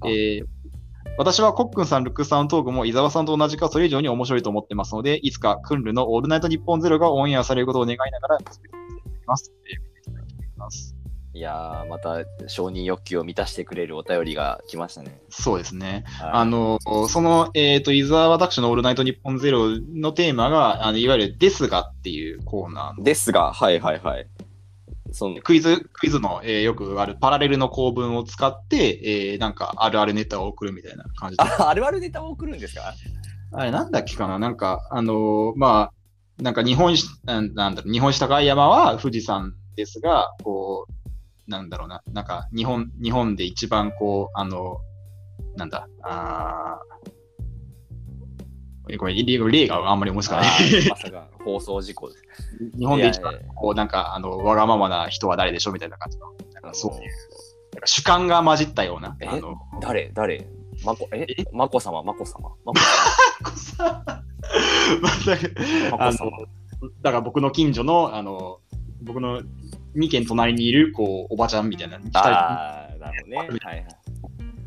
A: あ
B: えー私はコックンさん、ルックさんのトークも伊沢さんと同じかそれ以上に面白いと思ってますので、いつかクンルのオールナイトニッポンゼロがオンエアされることを願いながら、続けていただきます。えーいただきます
A: いやー、また承認欲求を満たしてくれるお便りが来ましたね。
B: そうですね。
A: はい
B: あの、その、えっ、と、伊沢私のオールナイトニッポンゼロのテーマが、あのいわゆるですがっていうコーナーの
A: ですが、はいはいはい。その
B: クイズ、クイズの、えーよくあるパラレルの構文を使って、えーなんかあるあるネタを送るみたいな感じで。
A: ああるあるネタを送るんですか
B: あれなんだっけかななんか、あのーまあ、なんか日本一、なんなんだろう、日本一高い山は富士山ですが、こう、なんだろうな、なんか日本、日本で一番こう、あのなんだ、あーこれ、例があんまり面白く
A: あ
B: ない。
A: ーまさか放送事故です。
B: 日本で一
A: い
B: 番
A: やいやいや
B: こうなんかあのわがままな人は誰でしょうみたいな感じのなんかそういう
A: あの
B: なんか主観が混じったような
A: え
B: あの
A: 誰誰まこえ
B: え
A: まこ様まこ様まこ
B: まさかあ
A: まこ
B: の
A: 様
B: だから僕の近所のあの僕の2軒隣にいるこうおばちゃんみたいな二人
A: ああなるほどねはいはい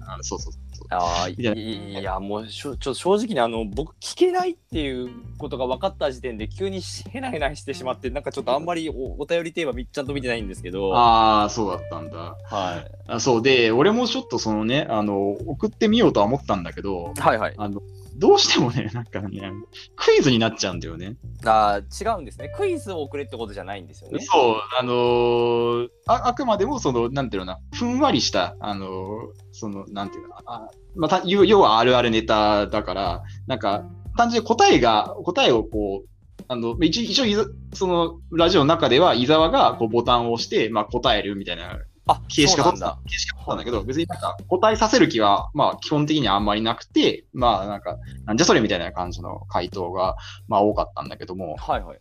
B: あのそうそうそう
A: ああ
B: いや
A: いいやもうしょちょっと正直にあの僕聞けないっていうことが分かった時点で急にへなへなしてしまってなんかちょっとあんまりおお便りテーマみちゃんと見てないんですけどは
B: ああそうだったんだ
A: い
B: あそうで俺もちょっとそのねあの送ってみようとは思ったんだけど
A: はいはい
B: あのどうしてもねなんかねクイズになっちゃうんだよね
A: あー違うんですねクイズを送れってことじゃないんですよね
B: そう、あのーあ、あくまでもその、なんていうのかな、ふんわりした、あのーその、なんていうのかな、あまあた要要はあるあるネタだから、なんか、単純に答えが、答えをこう、あの一一応いざ、そのラジオの中では伊沢がこうボタンを押して、まあ、答えるみたいな
A: あ
B: 形式
A: そ
B: が
A: うな
B: 取
A: ん
B: っ
A: だ
B: てた形式が取ったんだけど、別になんか答えさせる気は、まあ、基本的にはあんまりなくて、まあ、なんか、なんじゃそれみたいな感じの回答が、まあ、多かったんだけども、
A: はいはい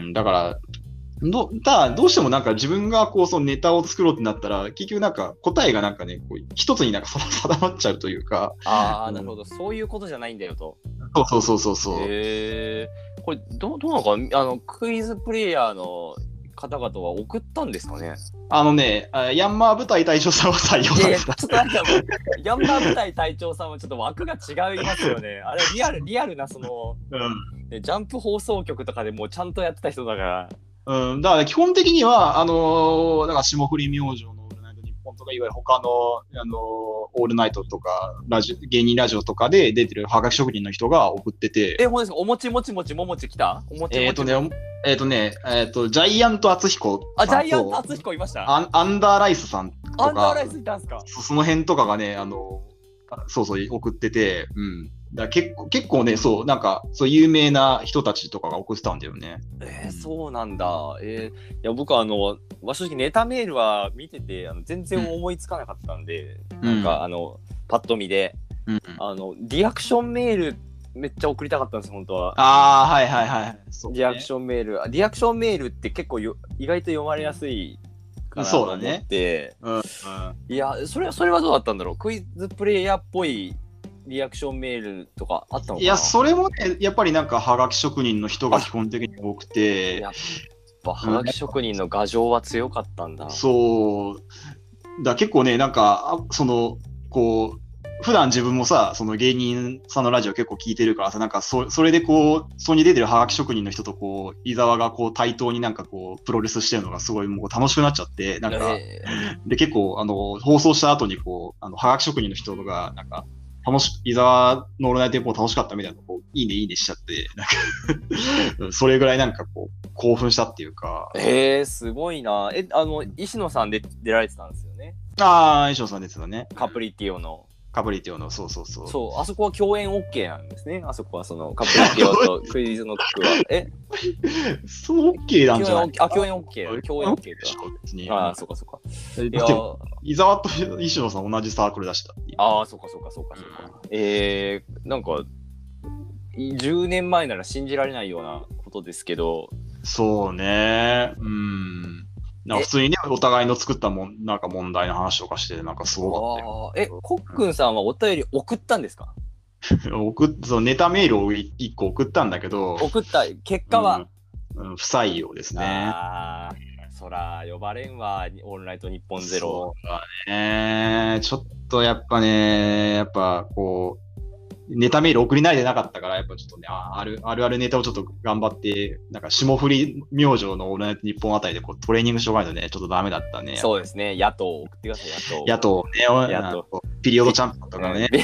B: うん、だから、どただどうしてもなんか自分がこうそのネタを作ろうってなったら、結局なんか答えがなんかね、こう一つになんか 定定まっちゃうというか、
A: ああ
B: うん
A: なるほどそういうことじゃないんだよと
B: そうそうそうそう。そう
A: へえこれどうどうなんかあのクイズプレイヤーの方々は送ったんですかね
B: あのね、あヤンマー舞台大賞さんは採用
A: いや
B: さ
A: い
B: れ
A: や
B: て
A: ちょ
B: た
A: っ。となんかもうヤンマー部隊隊長さんはちょっと枠が違いますよねあれリアルリアルなその、ね、ジャンプ放送局とかでもうちゃんとやってた人だから
B: うん、うん、だから基本的には、あのーだから霜降り明星のオールナイトニッポンとか、いわゆる他の、あのーオールナイトとかラジオ、芸人ラジオとかで出てるハガキ職人の人が送ってて、
A: えほんですかおもちもちもちももち来たおもちもち
B: えっ、とね、えっ、とね、えっ、と、ジャイアント厚彦さ
A: あ
B: ん
A: ジャイ
B: と
A: アント厚彦いました
B: アンアンダーライスさんとか
A: アンダーライスいたんすか
B: そその辺とかがねあのあそうそう送ってて、うん、だから結構結構ねそうなんかそう有名な人たちとかが送ってたんだよね
A: え
B: うん
A: ー、そうなんだ。えー、いや僕はあの、まあ、正直ネタメールは見ててあの全然思いつかなかったんで、
B: うん
A: なんかあのパッと見で
B: うん
A: あのリアクションメールめっちゃ送りたかったんです本当は。
B: ああはいはいはいそうね
A: リアクションメールあリアクションメールって結構よ意外と読まれやすいかなと思って、
B: うんうん
A: いやそれはそれはどうだったんだろうクイズプレイヤーっぽいリアクションメールとかあったのかない
B: やそれもねやっぱりなんかはがき職人の人が基本的に多くて
A: やっぱはがき職人の牙城は強かったんだ。
B: そうだ結構ねなんかあそのこう普段自分もさその芸人さんのラジオ結構聞いてるからさなんかそそれでこうそこに出てるハガキ職人の人とこう伊沢がこう対等になんかこうプロレスしてるのがすごいもう楽しくなっちゃってなんか、
A: えー
B: で結構あの放送した後にこうあのハガキ職人の人がなんか楽し伊沢のオールナイトテンポ楽しかったみたいなこういいねいいねしちゃってなんか それぐらいなんかこう興奮したっていうか
A: えー、すごいな。え、あの、石野さんで出られてたんですよね。
B: ああ衣装さんですよね
A: カプリティオの。
B: カブリティオのそうそうそう
A: そう、あそこは共演 OK なんですね。あそこはそのカプリティオとクイズノックは。え、
B: そう、OK なん
A: 共
B: じゃない
A: 演 OK あ、共演 OK。共演 OK
B: でしょ別に。
A: か。ああー、そうかそうか。い
B: だ
A: や
B: って
A: ー、
B: 伊沢と石野さん同じサークル出したっていう。
A: ああ、そうかそうかそうかそうか。えー、なんか、 10年前なら信じられないようなことですけど、
B: そうね。うん。なんか普通にね、お互いの作ったもん、なんか問題の話とかして、なんかすごかっ
A: あーえコックンさんはお便り送ったんですか
B: たよ。送っそのネタメールを一個送ったんだけど、
A: 送った結果は、
B: うん、うん不採用ですね。
A: ああそら呼ばれんわオンライト日本ゼロ
B: そうだね。ちょっとやっぱね、やっぱこう、ネタメール送りないでなかったから、やっぱちょっとね、ああるあるあるネタをちょっと頑張って、なんか霜降り明星のオールナイト日本あたりでこうトレーニングしようがないとね、ちょっとダメだったね。
A: そうですね野党を送ってください野
B: 野
A: 党
B: 党ね、お
A: 野党
B: あのピリオドチャンピオンとか ね、
A: ビ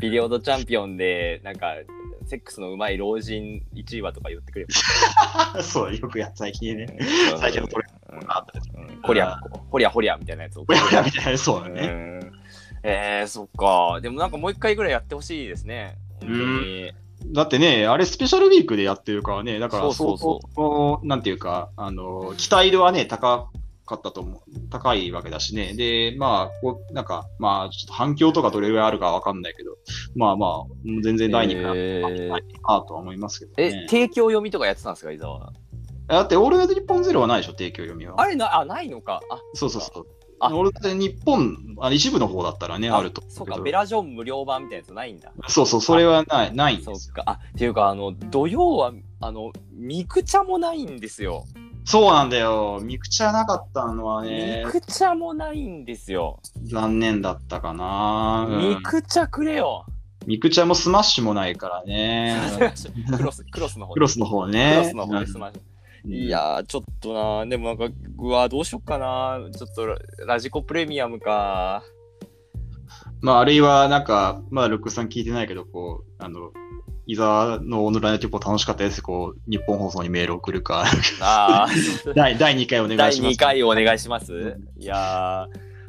A: ビリオドチャンピオンでなんかセックスのうまい老人1位はとか言ってくれ
B: そう、よくや最近ね、
A: ば
B: 最近のトレーニングがあったりとか
A: うんうんコリャホリャホリャみたいなやつを
B: おやおやみたいな、そうだ
A: う
B: ね。
A: んえー、そっかでもなんかもう一回ぐらいやってほしいですね本当に
B: だってね、あれスペシャルウィークでやってるからね、だから
A: そうそうそう
B: 相当こうなんていうか、あの、期待度はね、高かったと思う、高いわけだしね。で、まあ、こう、なんか、まあ、ちょっと反響とかどれぐらいあるかわかんないけど、まあまあ、うん全然第2回
A: えー
B: あとは思いますけど、
A: え、
B: ね。
A: 提供読みとかやってたんですか伊沢は
B: だって、オールナイト日本ゼロはないでしょ、提供読みは。
A: あれなあないのかあ
B: そうそうそう。
A: あ
B: 俺だって日本、あの一部の方だったらね、あると思
A: そう
B: うけど。
A: かベラジョン無料版みたいなやつないんだ
B: そうそう、それはない、ないんです
A: そ
B: よ。
A: うかあっていうかあの土曜はあのミクチャもないんですよ、
B: そうなんだよ。ミクチャなかったのはね
A: ミ、クチャもないんですよ、
B: 残念だったかな。うん
A: ミクチャくれよ、
B: ミクチャもスマッシュもないからね。
A: クロスクロスの方
B: クロスの方
A: ク
B: ね。
A: ロスの方ですま
B: うん
A: いやーちょっとなーでもなんかうわーどうしよっかなーちょっとララジコプレミアムか
B: まあ、あるいは、なんか、まだルックさん聞いてないけど、こう、あの、伊沢のオンライン結構楽しかったです。こう、日本放送にメール送るか。
A: あー
B: 第第2回お願
A: 第
B: いします。
A: 2回お願いしますいや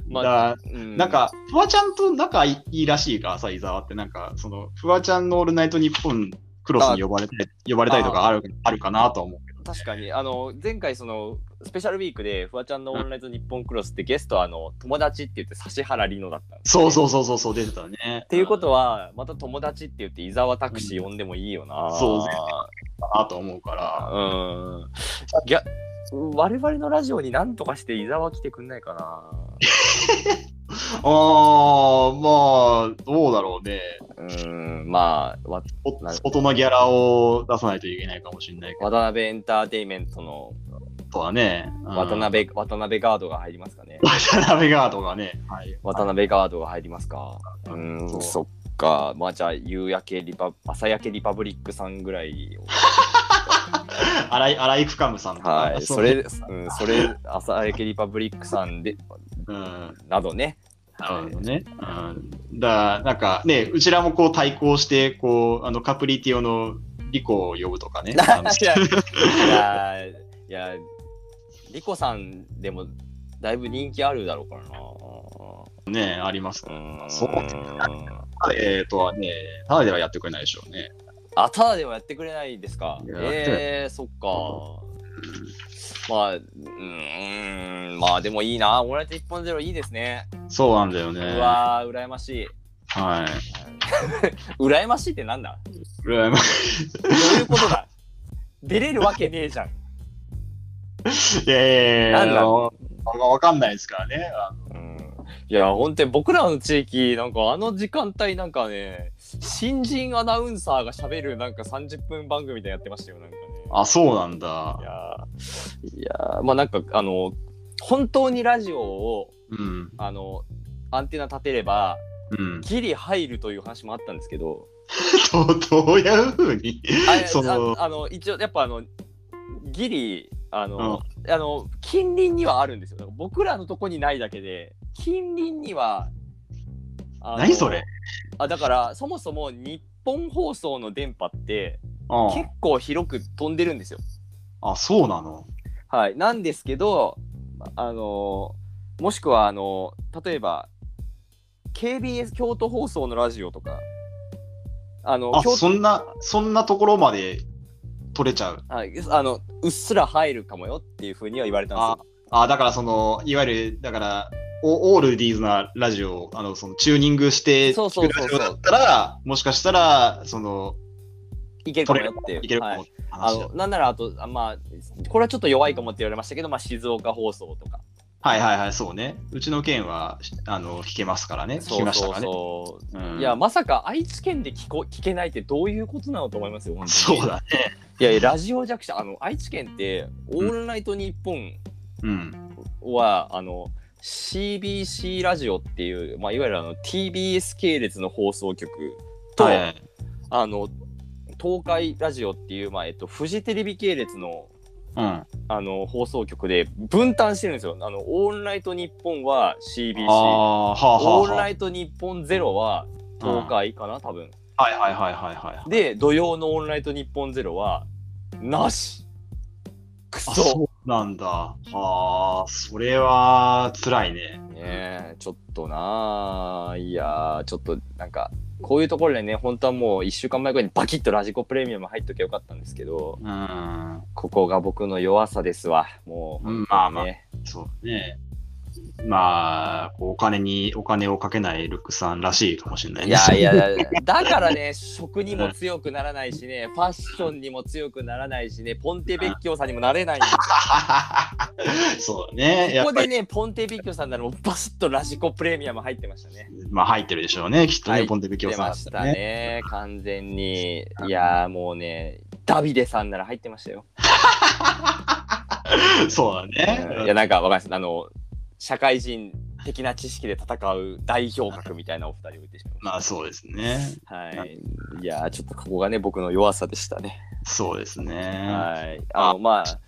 A: ー
B: だから
A: うん
B: なんか、フワちゃんと仲いいらしいからさ、伊沢って、なんか、その、フワちゃんのオールナイト日本クロスに呼ばれたり、呼ばれたりとかあるあるかなとは思うけど。
A: 確かにあの前回そのスペシャルウィークでフワちゃんの「オンライト日本クロス」ってゲストはあの友達って言って指原莉乃だったんです
B: そうそうそうそうそう、出てたね。っ
A: っていうことはまた友達って言って伊沢拓司呼んでもいいよな、
B: うんそうかなと思うから、
A: うんいや我々のラジオになんとかして伊沢来てくんないかな
B: ああ、まあ、どうだろうね。
A: うんまあわ
B: お
A: なる
B: 外のギャラを出さないといけないかもしれないけ
A: 渡辺エンターテインメントの
B: どはね。うん
A: 渡辺、渡辺ガードが入りますかね
B: 渡辺ガードがね。はい。
A: 渡辺ガードが入りますか。う
B: うん
A: ー
B: そ
A: ん、
B: う
A: そっか。まあじゃあ、夕焼けリパ、朝焼けリパブリックさんぐらいを。
B: 荒井、荒井クカムさんとか。
A: はい。
B: そう
A: そ、れ、うん、それ、朝焼けリパブリックさんで、
B: うん。
A: などね。
B: なるほどね。うん、だなんかね、うちらもこう対抗して、こう、あの、カプリティオのリコを呼ぶと かね。あの
A: いや、いや、いや、リコさんでも、だいぶ人気あるだろうからな。
B: ね、ありますね。
A: うん。
B: そうえー、とはね、ただではやってくれないでしょうね。
A: あ、ただではやってくれないですか
B: い。や
A: ええー、そっか。まあ、うーん、まあでもいいな。オールナイト一本ゼロいいですね。
B: そうなんだよ
A: う
B: ね。は
A: わー、羨ましい。
B: い。
A: 羨ましいってなんだ
B: 羨
A: ど
B: ま
A: ういうことだ 出れるわけねえじゃん。
B: いやいやいや
A: なんだ
B: あのあんまわかんないですからね。あの
A: いや、本当に僕らの地域、なんかあの時間帯なんかね、新人アナウンサーが喋るなんか30分番組みたいなのやってましたよ、なんかね。
B: あ、そうなんだ
A: い。やー、いやーまあなんかあの、本当にラジオを、
B: うん。
A: あの、アンテナ立てれば、
B: うん。
A: ギリ入るという話もあったんですけ ど、
B: どどういうふうに
A: あいや
B: その
A: ああの一応やっぱあのギリあの、あの近隣にはあるんですよだから僕らのとこにないだけで近隣にはあの
B: 何それ
A: あだからそもそも日本放送の電波って
B: あ
A: 結構広く飛んでるんですよ
B: あ、そうなの
A: はいなんですけどあのもしくはあの例えば KBS 京都放送のラジオとかあの
B: あ、
A: 京都
B: そんな、そんなところまで取れちゃう。
A: ああのうっすら入るかもよっていうふうには言われたんですよ
B: ああ、だからその、いわゆる、だから、オオールディーズなラジオをあのそのチューニングして
A: そうそう
B: 聞
A: そう
B: く
A: そう
B: ラジオだったらもしかしたらその
A: いけるかもよっていう。
B: いけるか
A: は
B: も
A: い、あ
B: 話だ
A: のなんならあとあまあこれはちょっと弱いかもって言われましたけど、まあ、静岡放送とか
B: はいはいはい、そうね。うちの県は、あの、聞けますからね。聞きましたからね。
A: そうそう
B: うん
A: いやまさか愛知県で聞こ聞けないってどういうことなのと思いますよ本当に
B: そうだね。
A: いやいやラジオ弱者あの愛知県って「オールナイトニッポン
B: うん。
A: は」あの CBC ラジオっていう、まあ、いわゆるあの TBS 系列の放送局と、
B: はいはい
A: あの東海ラジオっていう、まあえっと、フジテレビ系列の
B: うん。
A: あの放送局で分担してるんですよ。あのオールナイトニッポンは CBC、
B: ああ、はあはあ
A: オール
B: は
A: ナイトニッポンゼロは東海かな、多分。
B: あ。はいはいはいはいはい。
A: で、土曜のオールナイトニッポンゼロはなし。く
B: あ
A: そ。
B: そうなんだ。はあ、それは辛いね。
A: ねえちょっとなあいやあちょっとなんかこういうところでね本当はもう1週間前ぐらいにバキッとラジコプレミアム入っときゃよかったんですけど
B: うん。ま
A: ここが僕の弱さですわもう、
B: あまあ、
A: ね
B: そうね。まあ、こうお金に、お金をかけないルックさんらしいかもしれない
A: い
B: ね。
A: やいやだからね食にも強くならないしねファッションにも強くならないしねポンテベッキョさんにもなれないんです
B: そうね。
A: よ
B: や
A: こ
B: っ
A: こ
B: ぱ
A: で
B: り、
A: ねポンテベッキョさんならもうバシッとラジコプレミアム入ってましたね
B: まあ入ってるでしょうね。きっと
A: は
B: ね、
A: い
B: ポンテベキョ
A: 出
B: さん
A: ま
B: だっ
A: したた
B: らね。
A: ね完全にいやーもうねダビデさんなら入ってましたよ、
B: そうだ
A: うんい
B: ね
A: や。なんかわかりますあの社会人的な知識で戦う代表格みたいなお二人をいてしまいまし
B: まあそうですね。
A: たはいいやーちょっとここがね僕の弱さでしたね
B: そうですね。
A: はいあのまあ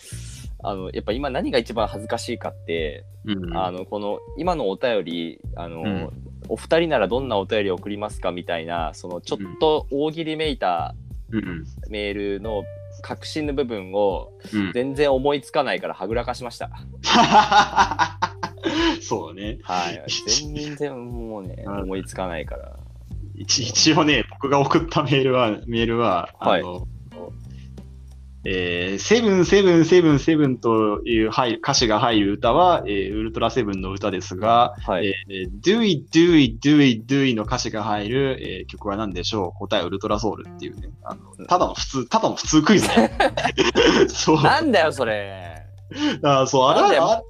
A: あのやっぱ今何が一番恥ずかしいかって、
B: うん
A: あのこの今のお便りあの、
B: うん
A: お二人ならどんなお便りを送りますかみたいなそのちょっと大喜利めいた
B: うん
A: メールの核心の部分を
B: うん
A: 全然思いつかないからはぐらかしました。
B: そうだね。
A: はい、 全然もうね
B: はい
A: 思いつかないから。
B: 一一応ね、僕が送ったメールは、メールは、
A: はい
B: あの、えーセブンセブンセブンセブンという入る歌詞が入る歌は、えーウルトラセブンの歌ですが、
A: はい、
B: えー、Do it, do it, do it, do it の歌詞が入る、えー曲は何でしょう答えウルトラソウルっていうね、あのただの普通、ただの普通クイズだよ そう、
A: なんだよそれ。
B: あそう、あ
A: なんだ
B: れ
A: よ
B: は、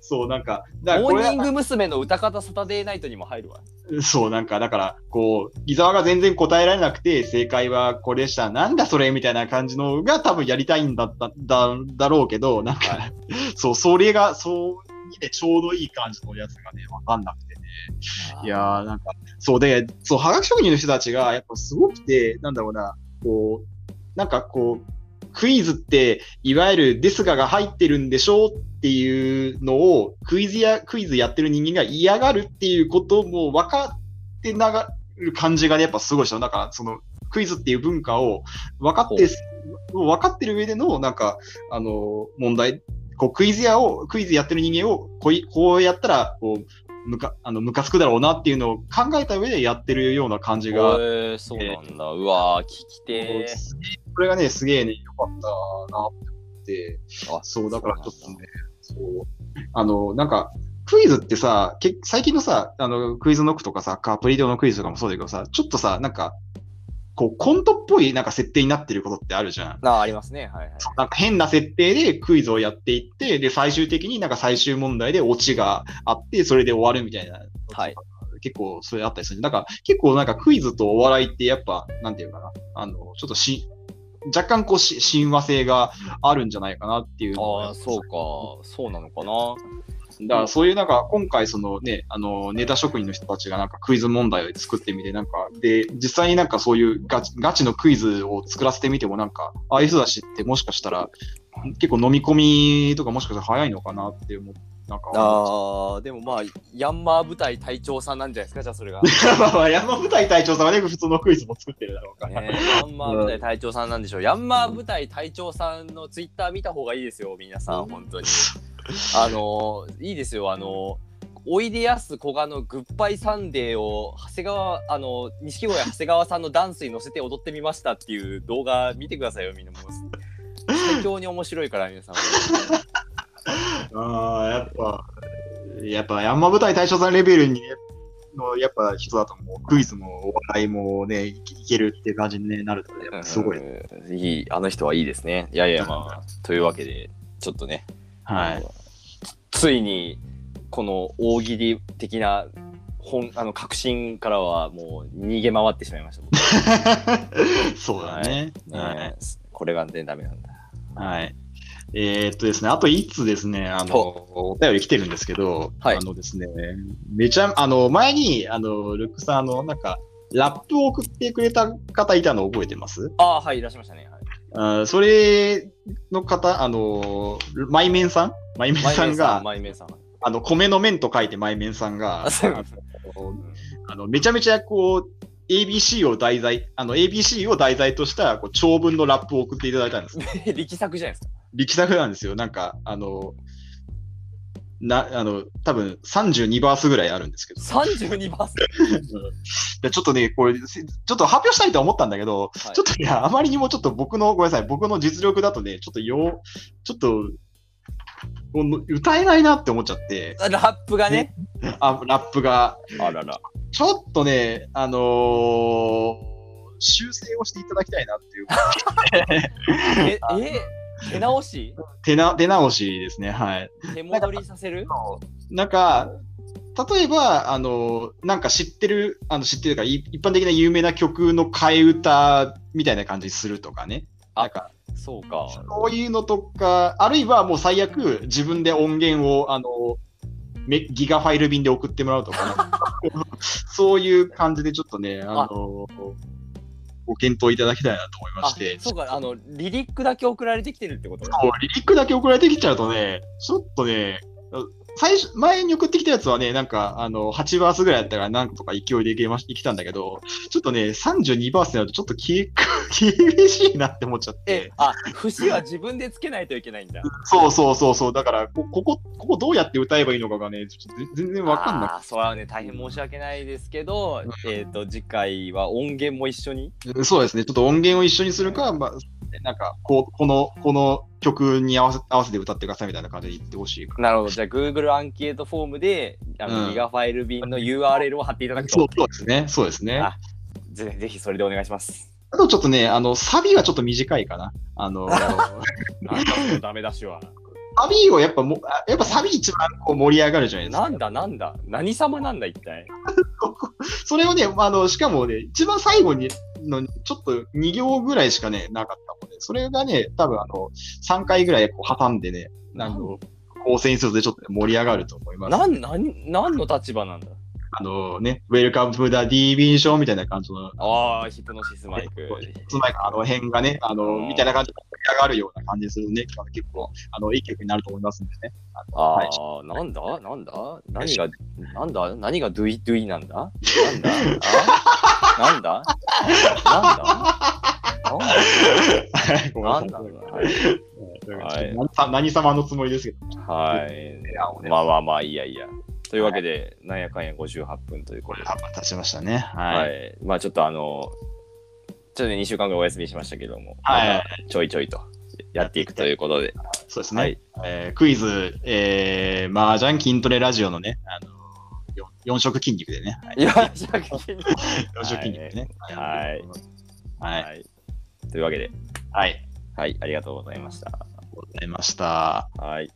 B: そう、なんか、だから
A: モ
B: これ
A: ーニング娘。の歌方サタデーナイトにも入るわ。
B: そう、なんか、だから、こう、伊沢が全然答えられなくて、正解はこれでした、なんだそれみたいな感じのが多分やりたいんだった、だ、だろうけど、なんか、
A: は
B: そう、それが、そう、にでちょうどいい感じのやつがね、わかんなくてね。いやー、なんか、そうで、そう、はがき職人の人たちが、やっぱすごくて、なんだろうな、こう、なんかこう、クイズって、いわゆるですがが入ってるんでしょうっていうのを、クイズや、クイズやってる人間が嫌がるっていうことも分かってながる感じがね、やっぱすごいでしょ。だから、その、クイズっていう文化を分かって、分かってる上での、なんか、あの、問題、こう、クイズやを、クイズやってる人間を、こうい、こうやったら、こう、むか、あの、むかつくだろうなっていうのを考えた上でやってるような感じ
A: へ
B: が、
A: ーそうなんだ。うわー聞きてー。
B: すげえこれがね、すげえね、よかったなって思って、
A: あ
B: そう、だからちょっと
A: そうなん
B: ね、そう、あの、なんか、クイズってさ、け最近のさ、あの、クイズノックとかさ、カプリドのクイズとかもそうだけどさ、ちょっとさ、なんか、こう、コントっぽいなんか設定になってることってあるじゃん。
A: あありますね。はいはい。
B: なんか変な設定でクイズをやっていって、で、最終的になんか最終問題でオチがあって、それで終わるみたいな。
A: はい。
B: 結構それあったりする。なんか結構なんかクイズとお笑いってやっぱ、なんていうかな、あの、ちょっとし、若干こうし、親和性があるんじゃないかなっていうのが
A: ああそうかそうなのかな。
B: だからそういうなんか今回そのね、あのネタ職人の人たちがなんかクイズ問題を作ってみて、なんか、で、実際になんかそういうガチガチのクイズを作らせてみてもなんか、ああいう人たちってもしかしたら結構飲み込みとかもしかしたら早いのかなって思う。なんか
A: ああでもまあヤンマー部隊隊長さんなんじゃないですかじゃあそれが。
B: まあまあ 山舞台隊長さんはね、普通のクイズも作ってるだろうから。
A: ね、 ヤンマー部隊隊長さんなんでしょう。ヤンマー部隊隊長さんのツイッター見た方がいいですよ、皆さん、本当に。あのー、いいですよ、あのー、おいでやすこがのグッバイサンデーを長谷川あの錦鯉長谷川さんのダンスに乗せて踊ってみましたっていう動画見てくださいよみんなもう最強に面白いから皆さん
B: ああ、やっぱ、やっぱ山舞台大将さんレベルにね、のやっぱ人だともうクイズもお笑いもね、いいけるっていう感じにねなるとね、やっぱ すごい。
A: うんいい、あの人はいいですね。いやいや、まあ、というわけで、ちょっとね、
B: は
A: あ
B: い。
A: のついにこの大喜利的な本あの革新からはもう逃げ回ってしまいました僕
B: そうだね。はい。
A: ねこれがねダメなんだ
B: はい。えーっとですね、あと一通ですね、あの、お便り来てるんですけど、
A: はい
B: あのですね、めちゃ、あの、前に、あの、ルックさん、あの、なんか、ラップを送ってくれた方いたの覚えてます
A: ああはいいらっしゃいましたね、はい
B: あーそれの方、あの、マイメンさんマイメン
A: マイ
B: さ
A: メ
B: ん
A: ンさ
B: が
A: ん、マイメンさん
B: あの、米の麺と書いてマイメンさんが、
A: あそう
B: あのあのめちゃめちゃこう、ABC を題材、あの、ABC を題材としたこう長文のラップを送っていただいたんです。
A: 力作じゃないですか
B: 力作なんですよ。なんか、あの、な、あの、多分32バースぐらいあるんですけど。
A: 32バース
B: でちょっとね、これ、せちょっと発表したいとは思ったんだけど、
A: はい
B: ちょっとね、あまりにもちょっと僕の、ごめんなさい、僕の実力だとね、ちょっとよう、ちょっと、この歌えないなって思っちゃって、
A: ラップがね
B: あラップが。
A: あらら
B: ちょっとね、あのー修正をしていただきたいなっていう、
A: ええ手直し
B: 手な手直しですね、はい。
A: 手戻りさせる
B: なんか、例えば、あの、なんか知ってる、あの知ってるか、い一般的な有名な曲の替え歌みたいな感じにするとかね。
A: あ
B: なんか、
A: そうか
B: そういうのとか、あるいはもう最悪、自分で音源を、あの、めギガファイル便で送ってもらうとか、なんか そういう感じでちょっとね、あの、ご検討いただきたいなと思いま
A: あ
B: して。
A: そうかあのリリックだけ送られてきてるってこと
B: もうリリックだけ送られてきちゃうとね、ちょっとね、最初、前に送ってきたやつはね、なんか、あの、8バースぐらいだったから、なんとか勢いでいけまし、いけたんだけど、ちょっとね、32バースになると、ちょっとき、 厳しいなって思っちゃっ
A: え
B: て。
A: あ節は自分でつけないといけないんだ
B: そうそうそうそう。だから、こここ、ここどうやって歌えばいいのかがね、ちょっと全然わかんな
A: あーそれはね大変申し訳ないですけど、えっ、と次回は音源も一緒に
B: くて。そうですね。ちょっと音源を一緒にするか、まあ、なんか、こう、この、この曲に合わせ、合わせて歌ってくださいみたいな感じで言ってほしいか
A: なるほどじゃあ Google アンケートフォームであの、
B: うん
A: ギガファイル便の URL を貼っていただ
B: ら。
A: くと
B: そうそうですね。そうですね。
A: あぜぜひそれでお願いします
B: あとちょっとね、あの、サビはちょっと短いかな。あの、サ
A: なんだそのダメ出しは
B: ビをやっぱも、あやっぱサビ一番こう盛り上がるじゃないです
A: な
B: か。
A: んだなんだ何様なんだ一体
B: それをね、あの、しかもね、一番最後に、のちょっと2行ぐらいしかね、なかったので、それがね、多分あの、3回ぐらいこう挟んでね、あの、構成にするとちょっとね盛り上がると思います。
A: なんなん何の立場なんだ
B: あのね、ウェルカムフダディービンションみたいな感じの、
A: ああヒプノシスマイク
B: つまりあの辺がね、あの、みたいな感じで盛り上がるような感じするね、あの結構、あの、いい曲になると思いますんでね。
A: あ
B: はい
A: あなんだなんだ何がなんだ何がドゥイドゥイなんだなんだあなんだなんだなんだ
B: ごめ
A: な
B: んなさ
A: ん
B: い
A: だろう
B: はい何さ何様のつもりですけど。
A: な。はい。まあまあまあ、いいやいや。というわけで、なんやかんや58分ということで。
B: あ、立ちましたね。
A: は
B: はい。
A: い。まあちょっとあの、ちょっとね、2週間ぐらいお休みしましたけども、
B: はい
A: またちょいちょいとやっていくということで。
B: そうですね。
A: はい。
B: えークイズ、えー、麻雀筋トレラジオのね、あのよ四色筋肉でね。はい
A: よろしくお願いします
B: 四色筋肉でね。
A: はい。
B: はい。はい。
A: はい。というわけで、
B: はい、あり
A: はい、ありがとうございました。
B: がとうございました。
A: はい。